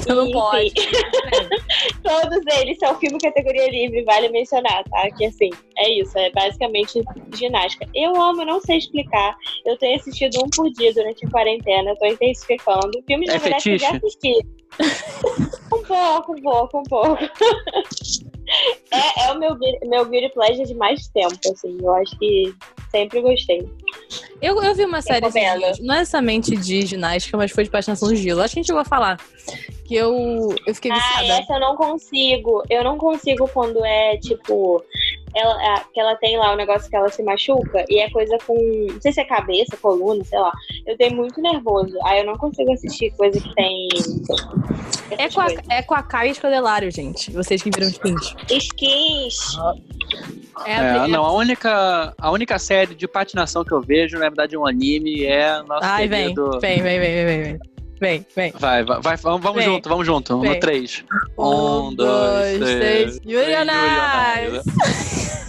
Speaker 2: Então não
Speaker 4: Enfim. [LAUGHS]
Speaker 2: pode. É.
Speaker 4: Todos eles são filme categoria livre, vale mencionar, tá? Que assim, é isso, é basicamente ginástica. Eu amo, eu não sei explicar. Eu tenho assistido um por dia durante a quarentena, eu tô intensificando. Filmes,
Speaker 1: É
Speaker 4: na verdade, que eu já assisti. [LAUGHS] um pouco, um pouco, um pouco. é é o meu, gui- meu beauty pleasure de mais tempo, assim. Eu acho que sempre gostei.
Speaker 2: Eu, eu vi uma série esses
Speaker 4: Recomendo.
Speaker 2: dias, não é somente de ginástica, mas foi de patinação do gelo. Acho que a gente chegou a falar que eu, eu fiquei
Speaker 4: Ah,
Speaker 2: viciada.
Speaker 4: essa eu não consigo. Eu não consigo quando é tipo. Ela, a- que ela tem lá o negócio que ela se machuca e é coisa com. Não sei se é cabeça, coluna, sei lá. Eu tenho muito nervoso. Aí eu não consigo assistir coisa que tem.
Speaker 2: É,
Speaker 4: essas
Speaker 2: com a,
Speaker 4: coisas.
Speaker 2: é com a Kai Escodelário, gente. Vocês que viram os pins.
Speaker 4: Skins.
Speaker 2: É, a
Speaker 1: É,
Speaker 2: primeira-
Speaker 1: não, a única, a única série de patinação que eu vejo, na verdade, é um anime, é nosso
Speaker 2: Ai, vem.
Speaker 1: querido...
Speaker 2: Vem, vem, vem, vem, vem. Vem, vem.
Speaker 1: Vai, vai, vai, vamos, vamos
Speaker 2: Vem.
Speaker 1: junto, vamos junto.
Speaker 2: Vem.
Speaker 1: No 3. Um, dois, três.
Speaker 2: Yuri
Speaker 1: Yuri
Speaker 2: on
Speaker 1: on
Speaker 2: Ice.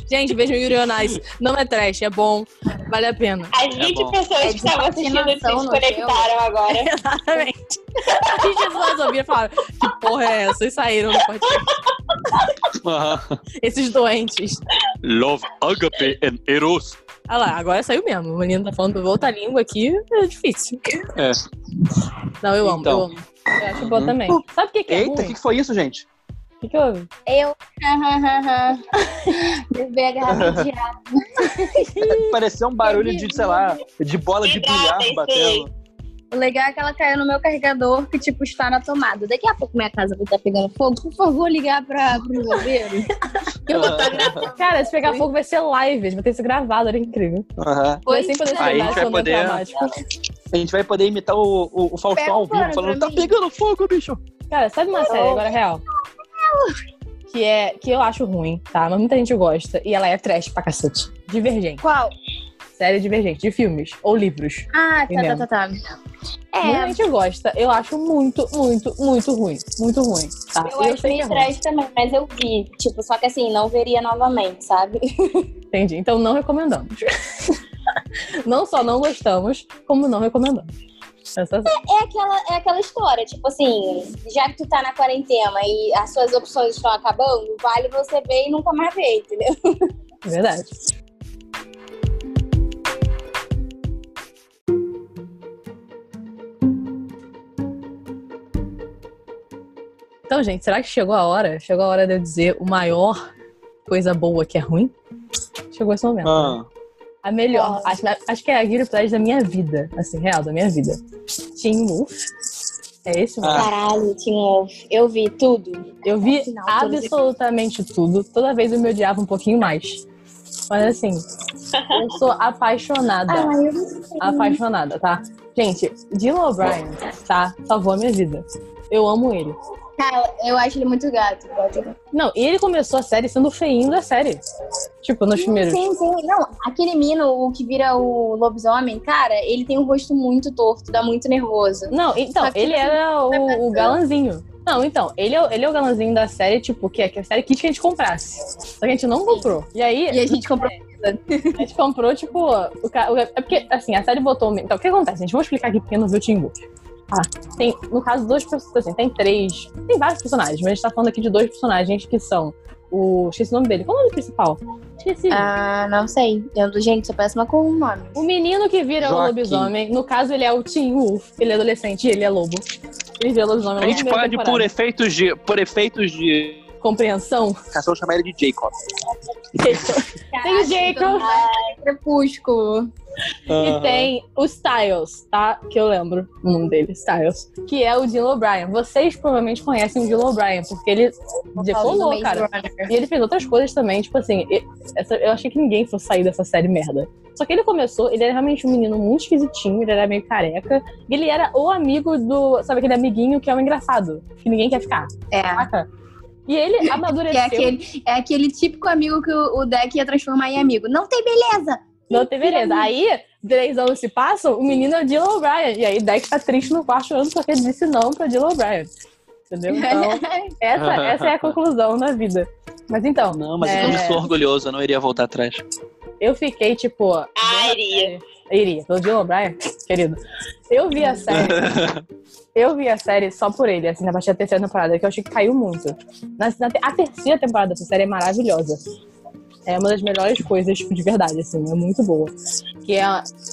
Speaker 2: [LAUGHS] Gente, vejam Yuri on Ice. Não é trash, é bom. Vale a pena.
Speaker 4: As 20
Speaker 1: bom.
Speaker 4: pessoas
Speaker 3: É
Speaker 4: que
Speaker 3: de
Speaker 4: estavam assistindo se
Speaker 3: patinação no
Speaker 2: [LAUGHS]
Speaker 4: desconectaram [LAUGHS] agora.
Speaker 2: Exatamente. A gente resolveu ouvir e falaram: que porra é essa? E saíram do podcast.
Speaker 1: Aham.
Speaker 2: Esses doentes.
Speaker 1: Love, Agape and Eros.
Speaker 2: Ah lá, agora saiu mesmo. O menino tá falando outra língua aqui, é difícil.
Speaker 1: É.
Speaker 2: Não, eu amo,
Speaker 5: Então.
Speaker 2: eu amo. Eu acho boa
Speaker 1: Uhum.
Speaker 2: também. Sabe o que, que é
Speaker 5: Eita, o
Speaker 2: ruim?
Speaker 5: que, que foi isso, gente?
Speaker 2: O que, é que houve?
Speaker 3: Eu, beber a garrafa de água.
Speaker 5: Pareceu um barulho de, sei lá, de bola de bilhar
Speaker 4: Obrigada,
Speaker 5: batendo.
Speaker 3: O legal é que ela caiu no meu carregador, que, tipo, está na tomada. Daqui a pouco minha casa vai estar pegando fogo. Por favor, ligar para pro bombeiro.
Speaker 2: Eu vou Cara, se pegar fogo vai ser live, vai ter isso gravado, olha que incrível. assim
Speaker 5: Aham.
Speaker 2: Vai sempre poder
Speaker 1: Aí a gente
Speaker 2: celebrar esse
Speaker 1: vai
Speaker 2: momento
Speaker 1: poder-
Speaker 2: traumático.
Speaker 5: A gente vai poder imitar o, o, o Faustão ao
Speaker 3: Pega
Speaker 5: vivo,
Speaker 3: o fone
Speaker 5: falando, tá
Speaker 3: pra mim."
Speaker 5: pegando fogo, bicho.
Speaker 2: Cara, sabe uma série agora real? Que é que eu acho ruim, tá? Mas muita gente gosta. E ela é trash pra cacete. Divergente.
Speaker 3: Qual?
Speaker 2: Série divergente, de filmes ou livros.
Speaker 3: Ah, tá,
Speaker 2: Entendeu?
Speaker 3: tá, tá, tá.
Speaker 2: Muita
Speaker 3: É,
Speaker 2: gente gosta. Eu acho muito, muito, muito ruim. Muito ruim. Tá?
Speaker 4: Eu,
Speaker 2: sei
Speaker 4: acho
Speaker 2: que é
Speaker 4: meio
Speaker 2: ruim.
Speaker 4: trash também, mas eu vi.
Speaker 3: tipo, só que assim, não veria novamente, sabe? [LAUGHS]
Speaker 2: Entendi. Então não recomendamos. [LAUGHS] não só não gostamos, como não recomendamos. Essa
Speaker 3: É aquela, é aquela história, tipo assim, já que tu tá na quarentena e as suas opções estão acabando, vale você ver e nunca mais ver, entendeu?
Speaker 2: é verdade. Então, gente, será que chegou a hora? Chegou a hora de eu dizer o maior coisa boa que é ruim? Chegou esse momento.
Speaker 5: Ah,
Speaker 2: A melhor. Acho, acho que é a Guilty Pleasure da minha vida. Assim, real, da minha vida. Teen Wolf. É esse o
Speaker 5: Ah.
Speaker 3: Caralho, Tim Wolf, eu vi tudo.
Speaker 2: Eu vi
Speaker 3: Afinal, todos
Speaker 2: absolutamente tudo. Toda vez eu me odiava um pouquinho mais. Mas assim, eu sou apaixonada.
Speaker 3: Ah, eu não
Speaker 2: Apaixonada, tá? Gente, Dylan O'Brien, tá? Salvou a minha vida. Eu amo ele.
Speaker 3: Cara, eu acho ele muito gato. tipo,
Speaker 2: Não, e ele começou a série sendo o feinho da série. Tipo, nos primeiros.
Speaker 3: Sim, sim. Não, aquele menino, o que vira o lobisomem, cara, ele tem um rosto muito torto, dá muito nervoso.
Speaker 2: Não, então,
Speaker 3: Só que
Speaker 2: ele
Speaker 3: você
Speaker 2: era
Speaker 3: vai
Speaker 2: o, o
Speaker 3: passando.
Speaker 2: galanzinho. Não, então, ele é, o- ele é o galanzinho da série, tipo, que é que a série quis que a gente comprasse. Só que a gente não comprou. E aí, tipo, é,
Speaker 3: E a gente comprou.
Speaker 2: a gente comprou, tipo, o ca- o- É porque, assim, a série botou. o men- Então, o que acontece? Gente, vou explicar aqui porque eu não viu o Timbu. Ah, tem, no caso, dois personagens. Assim, tem três. Tem vários personagens, mas a gente tá falando aqui de dois personagens que são o. Esqueci o nome dele. Qual é o nome principal? Esqueci.
Speaker 3: Ah, não sei. Eu, gente, sou péssima com o nome.
Speaker 2: O menino que vira o
Speaker 5: Joaquim.
Speaker 2: lobisomem, no caso ele é o Tim Wolf, ele é adolescente e ele é lobo. Ele vira lobisomem
Speaker 1: A
Speaker 2: logo na
Speaker 1: gente
Speaker 2: primeira
Speaker 1: pode, por
Speaker 2: é temporada.
Speaker 1: efeitos de. Por efeitos de.
Speaker 2: compreensão.
Speaker 1: Cação chamar ele de Jacob.
Speaker 2: Tem o Jacob
Speaker 3: então é Crepúsculo.
Speaker 2: e tem o Styles, tá? Que eu lembro o nome dele, Styles. Que é o Dylan O'Brien. Vocês provavelmente conhecem o Dylan O'Brien, porque ele decolou, cara. E ele fez outras coisas também, tipo assim, e- essa- eu achei que ninguém fosse sair dessa série merda. Só que ele começou, ele era realmente um menino muito esquisitinho, ele era meio careca. E ele era o amigo do. Sabe aquele amiguinho que é um engraçado, que ninguém quer ficar,
Speaker 3: É.
Speaker 2: saca? E ele
Speaker 3: [LAUGHS] Que
Speaker 2: amadureceu.
Speaker 3: é aquele, é aquele típico amigo que o, o Deck ia transformar em amigo. Não tem beleza!
Speaker 2: Não
Speaker 3: é
Speaker 2: tem beleza. Aí, três anos se passam, o menino é o Dylan O'Brien. E aí, Dex tá triste no quarto chorando porque ele disse não pra Dylan O'Brien. Entendeu?
Speaker 3: [LAUGHS]
Speaker 2: Então, essa,
Speaker 1: [LAUGHS]
Speaker 2: essa é a conclusão da vida. Mas então,
Speaker 1: Não, mas
Speaker 2: É.
Speaker 1: eu não sou orgulhoso, eu não iria voltar atrás.
Speaker 2: eu fiquei tipo.
Speaker 4: Ah, iria.
Speaker 2: É, Iria, pelo Dylan O'Brien, querido. Eu vi a série, eu vi a série só por ele, assim, na partir da terceira temporada, que eu achei que caiu muito. Na, na te- a terceira temporada dessa série é maravilhosa. É uma das melhores coisas, tipo, de verdade, assim, é muito boa. Que é,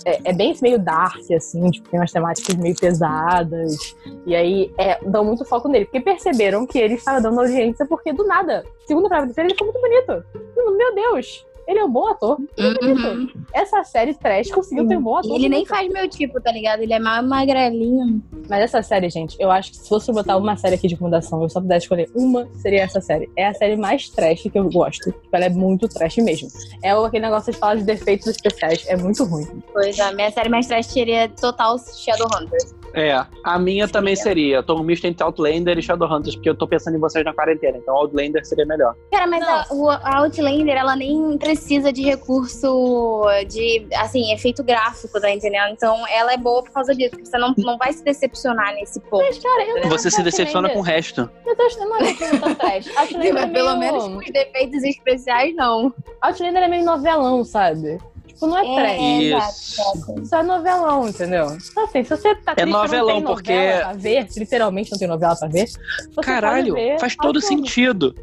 Speaker 2: é, é bem meio dark, assim, tipo, tem umas temáticas meio pesadas. E aí é, dão muito foco nele, porque perceberam que ele estava dando audiência, porque do nada, segunda temporada da série, ele ficou muito bonito. Meu Deus! Ele é um bom ator. Ele é bonito.
Speaker 3: Uhum.
Speaker 2: Essa série trash conseguiu ter um bom ator.
Speaker 3: Ele nem
Speaker 2: bonito.
Speaker 3: faz meu tipo, tá ligado? Ele é mais magrelinho.
Speaker 2: Mas essa série, gente, eu acho que se fosse botar uma série aqui de recomendação, eu só pudesse escolher uma, seria essa série. É a série mais trash que eu gosto. Tipo, ela é muito trash mesmo. É o- aquele negócio de falar de defeitos especiais. É muito ruim.
Speaker 3: Pois é, minha série mais trash seria total Shadowhunters.
Speaker 5: É, a minha também seria. Eu tô um misto entre Outlander e Shadowhunters, porque eu tô pensando em vocês na quarentena, então Outlander seria melhor.
Speaker 3: Cara, mas a, o- a Outlander, ela nem precisa de recurso de, assim, efeito gráfico, tá entendendo? Então, ela é boa por causa disso, porque você não, não vai se decepcionar nesse ponto.
Speaker 2: Mas, cara, eu não
Speaker 1: Você se decepciona com o resto.
Speaker 2: Mas eu acho que não é tão [LAUGHS] trash. Outlander é
Speaker 3: Mas pelo menos
Speaker 2: meio...
Speaker 3: com os defeitos especiais, não.
Speaker 2: Outlander é meio novelão, sabe? Tipo, não é,
Speaker 3: É.
Speaker 2: trash.
Speaker 1: Isso.
Speaker 2: Só é novelão, entendeu? Então, assim, se você tá triste,
Speaker 1: É novelão,
Speaker 2: não tem
Speaker 1: porque-
Speaker 2: novela pra ver, literalmente não tem novela pra ver, você pode
Speaker 1: Caralho,
Speaker 2: ver um.
Speaker 1: faz todo
Speaker 2: Outlander.
Speaker 1: sentido.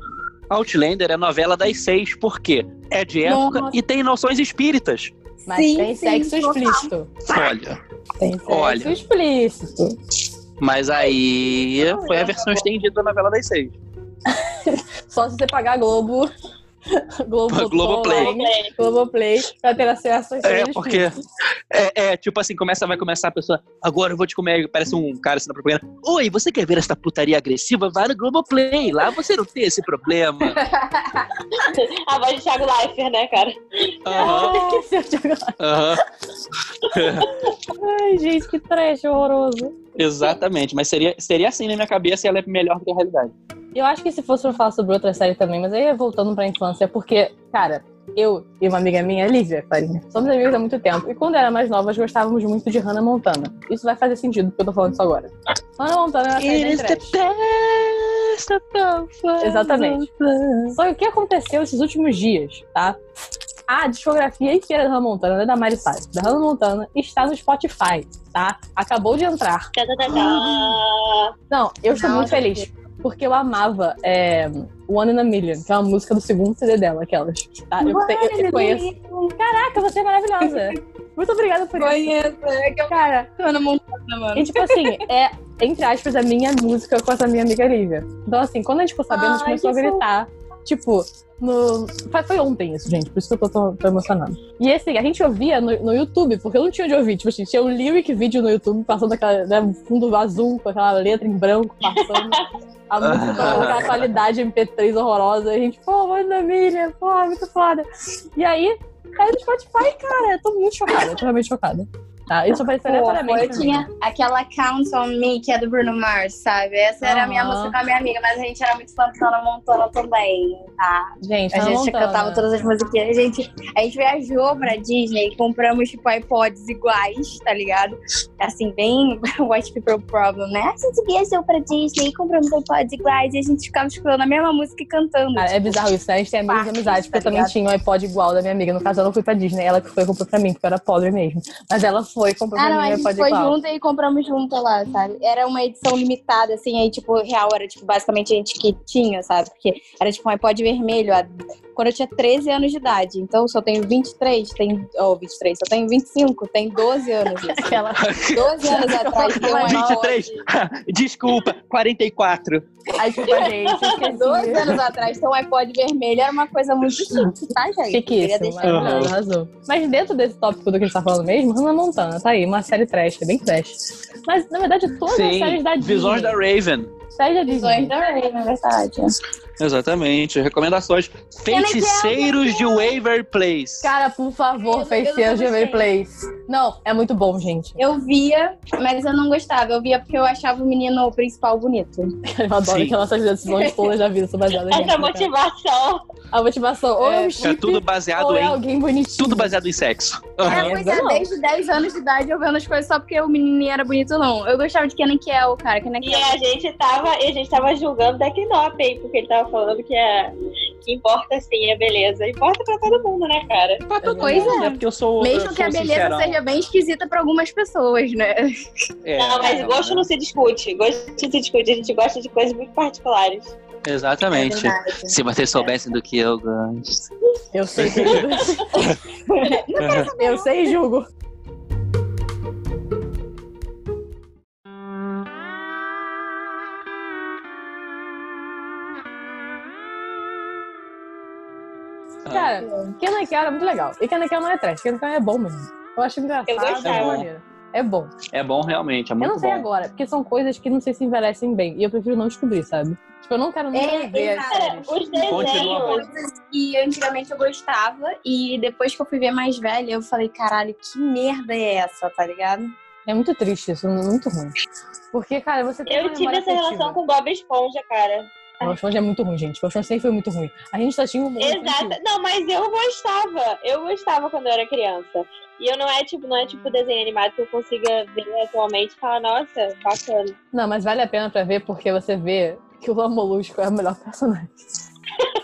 Speaker 1: Outlander é novela das seis, por quê? é de época
Speaker 3: Nossa.
Speaker 1: e tem noções espíritas.
Speaker 2: Mas tem sexo explícito.
Speaker 1: Olha,
Speaker 2: Tem sexo
Speaker 1: Olha.
Speaker 2: explícito.
Speaker 1: mas aí foi a versão estendida da novela das seis.
Speaker 2: Só se você pagar Globo. [LAUGHS] Globo
Speaker 1: Globoplay.
Speaker 2: é Globoplay pra ter acesso a
Speaker 1: É, porque. É, é, tipo assim, começa, vai começar a pessoa. Agora eu vou te comer. Parece um cara assim na propaganda. Oi, você quer ver esta putaria agressiva? Vai no Globoplay. Lá você não tem esse problema.
Speaker 4: A voz de Thiago Leifert, né, cara?
Speaker 1: Aham, aham.
Speaker 2: [LAUGHS] Ai, gente, que trash horroroso.
Speaker 1: Exatamente. Mas seria, seria assim na minha cabeça e ela é melhor do que a realidade.
Speaker 2: Eu acho que se fosse pra falar sobre outra série também, mas aí é voltando pra infância, porque, cara, eu e uma amiga minha, Lívia Farinha, somos amigas há muito tempo. E quando era mais novas, gostávamos muito de Hannah Montana. Isso vai fazer sentido, porque eu tô falando isso agora. Hannah Montana é uma série bem trash.
Speaker 1: best of all.
Speaker 2: Exatamente. Só que o que aconteceu esses últimos dias, tá? A discografia inteira da Hannah Montana, não é da Mari Paz, da Hannah Montana, está no Spotify, tá? Acabou de entrar.
Speaker 4: Tá, tá, tá, tá.
Speaker 2: Não, eu estou
Speaker 3: Não,
Speaker 2: muito
Speaker 3: gente.
Speaker 2: feliz. Porque eu amava é, One in a Million, que é uma música do segundo CD dela, aquelas. Tá? Eu, te- eu- eu conheço. Caraca, você é [LAUGHS] maravilhosa. Muito obrigada por isso.
Speaker 3: Conheço, é que eu
Speaker 2: Cara,
Speaker 3: tô montana, mano.
Speaker 2: e tipo
Speaker 3: [LAUGHS]
Speaker 2: assim, é, entre aspas, a minha música com essa minha amiga Lívia. Então, assim, quando a gente ficou sabendo, a gente
Speaker 3: Ai,
Speaker 2: começou a
Speaker 3: que
Speaker 2: gritar. Tipo, no... foi, foi ontem isso, gente, por isso que eu tô, tão- tô emocionada. E assim, a gente ouvia no, no YouTube, porque eu não tinha onde ouvir. Tipo assim, tinha um lyric vídeo no YouTube passando aquela, né, fundo azul com aquela letra em branco passando.
Speaker 3: [LAUGHS]
Speaker 2: A música com aquela qualidade MP3 horrorosa. E a gente, pô, mano da milha, pô, muito foda. E aí, caiu no Spotify, cara, eu tô muito chocada, eu tô realmente chocada. Tá, isso apareceu aleatoriamente.
Speaker 3: eu
Speaker 2: pra mim.
Speaker 3: tinha aquela Count on Me, que é do Bruno Mars, sabe? Essa era a minha
Speaker 2: Aham.
Speaker 3: música com a minha amiga, mas a gente era muito fã do Hannah Montana também.
Speaker 2: Gente, tá
Speaker 3: A
Speaker 2: Hannah
Speaker 3: gente é
Speaker 2: Montana.
Speaker 3: cantava todas as musiquinhas. A gente, a gente viajou pra Disney e compramos, tipo, iPods iguais, tá ligado? Assim, bem [LAUGHS] White People Problem, né? A gente viajou pra Disney e compramos iPods iguais e a gente ficava escutando a mesma música e cantando.
Speaker 2: Cara, é bizarro isso, né? A gente tem amigos de
Speaker 3: Partes,
Speaker 2: amizade, porque
Speaker 3: tá
Speaker 2: eu também
Speaker 3: ligado?
Speaker 2: tinha um iPod igual da minha amiga. No caso, eu não fui pra Disney, ela que foi e comprou pra mim, porque eu era pobre mesmo. Mas ela foi e comprou
Speaker 3: Ah,
Speaker 2: pra
Speaker 3: não,
Speaker 2: mim
Speaker 3: a
Speaker 2: um
Speaker 3: gente
Speaker 2: iPod
Speaker 3: foi
Speaker 2: igual.
Speaker 3: junto e compramos junto lá, sabe? Era uma edição limitada, assim, aí, tipo, real, era, tipo, basicamente a gente que tinha, sabe? Porque era, tipo, um iPod vermelho, a- quando eu tinha 13 anos de idade. Então, só tenho 23, tem... Ó, 23, só tenho 25, tem 12 anos. isso.
Speaker 2: Aquela... [LAUGHS]
Speaker 3: 12 anos atrás, tem um iPod...
Speaker 1: 23? Desculpa, 44.
Speaker 2: Ai, desculpa,
Speaker 3: [LAUGHS]
Speaker 2: gente.
Speaker 3: Dois
Speaker 2: Esqueci.
Speaker 3: anos atrás, ter um iPod vermelho era uma coisa muito chique, tá, gente? Queria
Speaker 2: Chiquíssimo,
Speaker 3: deixar
Speaker 2: maravilhoso,
Speaker 1: Aham.
Speaker 2: arrasou. Mas dentro desse tópico do que a gente tá falando mesmo, Hannah Montana, tá aí, uma série trash, é bem trash. Mas, na verdade, todas as séries da Disney.
Speaker 1: Visões da Raven.
Speaker 2: Séries da Disney.
Speaker 3: visões também, na verdade.
Speaker 1: Exatamente. Recomendações. Feiticeiros de Waver Place.
Speaker 2: Cara, por favor,
Speaker 3: Eu- eu
Speaker 2: Face
Speaker 3: não gostei.
Speaker 2: Angel Place. Não, é muito bom, gente. [LAUGHS]
Speaker 3: Eu via, mas eu não gostava. Eu via porque eu achava o menino principal bonito.
Speaker 2: Eu adoro
Speaker 1: Sim.
Speaker 2: que nossas decisões todas da vida são baseadas
Speaker 3: é
Speaker 2: nisso,
Speaker 4: Essa
Speaker 2: cara.
Speaker 4: motivação.
Speaker 2: A motivação. Ou é um
Speaker 1: É
Speaker 2: chip,
Speaker 1: tudo
Speaker 2: ou
Speaker 1: baseado
Speaker 2: é
Speaker 1: em.
Speaker 2: alguém bonitinho.
Speaker 1: Tudo baseado em sexo. Aham.
Speaker 3: É, pois é,
Speaker 2: Não.
Speaker 3: desde 10 anos de idade eu vendo as coisas só porque o menininho era bonito, não. Eu gostava de Kenan Kiel, cara. Kenan
Speaker 4: E é,
Speaker 3: Kiel. é
Speaker 4: a gente tava, e a gente tava julgando da Knop, hein? Porque ele tava falando que, é, que importa sim a beleza. Importa pra todo mundo, né, cara?
Speaker 1: Pra todo
Speaker 3: Pois
Speaker 1: mundo,
Speaker 3: é.
Speaker 1: né? Porque eu sou. eu
Speaker 3: Mesmo
Speaker 1: sou
Speaker 3: que a beleza
Speaker 1: sincerão.
Speaker 3: seja bem esquisita pra algumas pessoas, né?
Speaker 1: É,
Speaker 4: não, mas
Speaker 1: é,
Speaker 4: gosto não se discute. Gosto não se discute. A gente gosta de coisas muito particulares.
Speaker 1: Exatamente.
Speaker 3: É verdade.
Speaker 1: Se vocês soubessem do que eu gosto.
Speaker 2: Eu sei, querido. Eu sei e julgo. Cara, Kenan Kiel era muito legal. E Kenan Kiel não é trash. Kenan Kiel é bom mesmo. Eu acho engraçado.
Speaker 4: Eu gostava.
Speaker 2: acho maneiro. É bom.
Speaker 1: É bom, realmente. É
Speaker 2: Eu
Speaker 1: muito
Speaker 2: não sei
Speaker 1: bom.
Speaker 2: agora, porque são coisas que não sei se envelhecem bem. E eu prefiro não descobrir, sabe? Tipo, eu não quero nunca
Speaker 3: É,
Speaker 2: ver as
Speaker 3: exato.
Speaker 4: Cara,
Speaker 2: séries.
Speaker 4: os
Speaker 1: Continua.
Speaker 4: desenhos.
Speaker 3: coisas que antigamente eu gostava e depois que eu fui ver mais velha, eu falei, caralho, que merda é essa, tá ligado?
Speaker 2: É muito triste isso, é muito ruim. Porque, cara, você tem
Speaker 4: Eu
Speaker 2: uma
Speaker 4: tive
Speaker 2: memória
Speaker 4: essa
Speaker 2: afetiva.
Speaker 4: relação com Bob Esponja, cara.
Speaker 2: O Bob é muito ruim, gente. O Bob sempre foi muito ruim. A gente só tinha um monte
Speaker 4: Exato. Não, mas eu gostava. Eu gostava quando eu era criança. E eu não é tipo, não é
Speaker 3: Hum.
Speaker 4: tipo desenho animado que eu consiga ver atualmente e falar, nossa, bacana.
Speaker 2: Não, mas vale a pena pra ver, porque você vê que o Lula Molusco é o melhor personagem.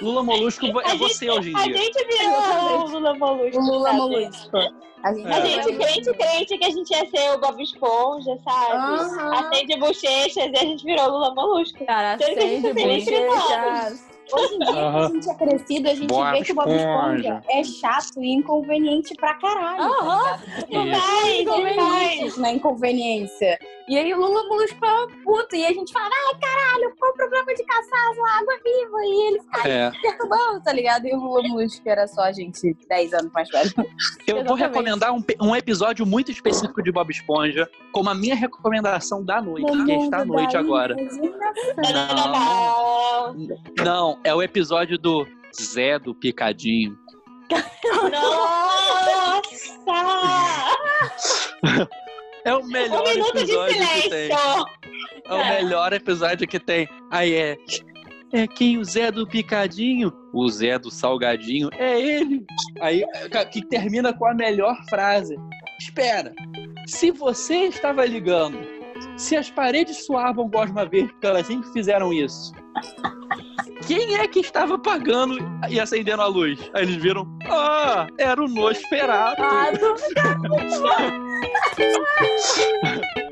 Speaker 1: Lula Molusco
Speaker 4: A
Speaker 1: é
Speaker 4: gente- tá
Speaker 1: você hoje em
Speaker 4: A
Speaker 1: dia.
Speaker 4: gente virou o Lula Molusco.
Speaker 3: O Lula
Speaker 4: sabe?
Speaker 3: Molusco. A gente,
Speaker 4: A
Speaker 1: É.
Speaker 4: gente crente, crente que a gente ia ser o Bob Esponja, sabe?
Speaker 3: Aham.
Speaker 4: Acende bochechas e a gente virou Lula Molusco.
Speaker 2: Cara,
Speaker 4: Sério que
Speaker 2: acende
Speaker 4: você tem nem
Speaker 2: bochechas.
Speaker 3: Hoje em dia, que a gente é crescido, a gente
Speaker 1: Bob
Speaker 3: vê que o Bob Esponja é chato e inconveniente pra caralho.
Speaker 7: Aham.
Speaker 3: Demais,
Speaker 7: Inconveniente.
Speaker 3: demais né? na inconveniência. E aí o Lula Molusco ficava puto. E a gente falava, ai caralho, qual o problema de caçar a água viva? E ele ficava
Speaker 1: É.
Speaker 3: perturbando, tá ligado? E o Lula Molusco era só a gente 10 anos mais velho.
Speaker 1: Eu vou
Speaker 7: Exatamente.
Speaker 1: recomendar um, pe- um episódio muito específico de Bob Esponja, como a minha recomendação da noite, que está à noite agora.
Speaker 4: Não, não, não.
Speaker 1: Não, é o episódio do Zé do Picadinho.
Speaker 4: Nossa!
Speaker 1: É o
Speaker 4: Um
Speaker 1: melhor
Speaker 4: minuto de
Speaker 1: episódio que tem.
Speaker 4: silêncio!
Speaker 1: É o melhor episódio que tem. Aí é. É quem o Zé do Picadinho? O Zé do Salgadinho? É ele! Aí ca- que termina com a melhor frase. Espera! Se você estava ligando, se as paredes suavam gosma verde, porque elas sempre fizeram isso. Quem é que estava pagando e acendendo a luz? Aí eles viram, ah, era o Nosferatu.
Speaker 7: Ah, do-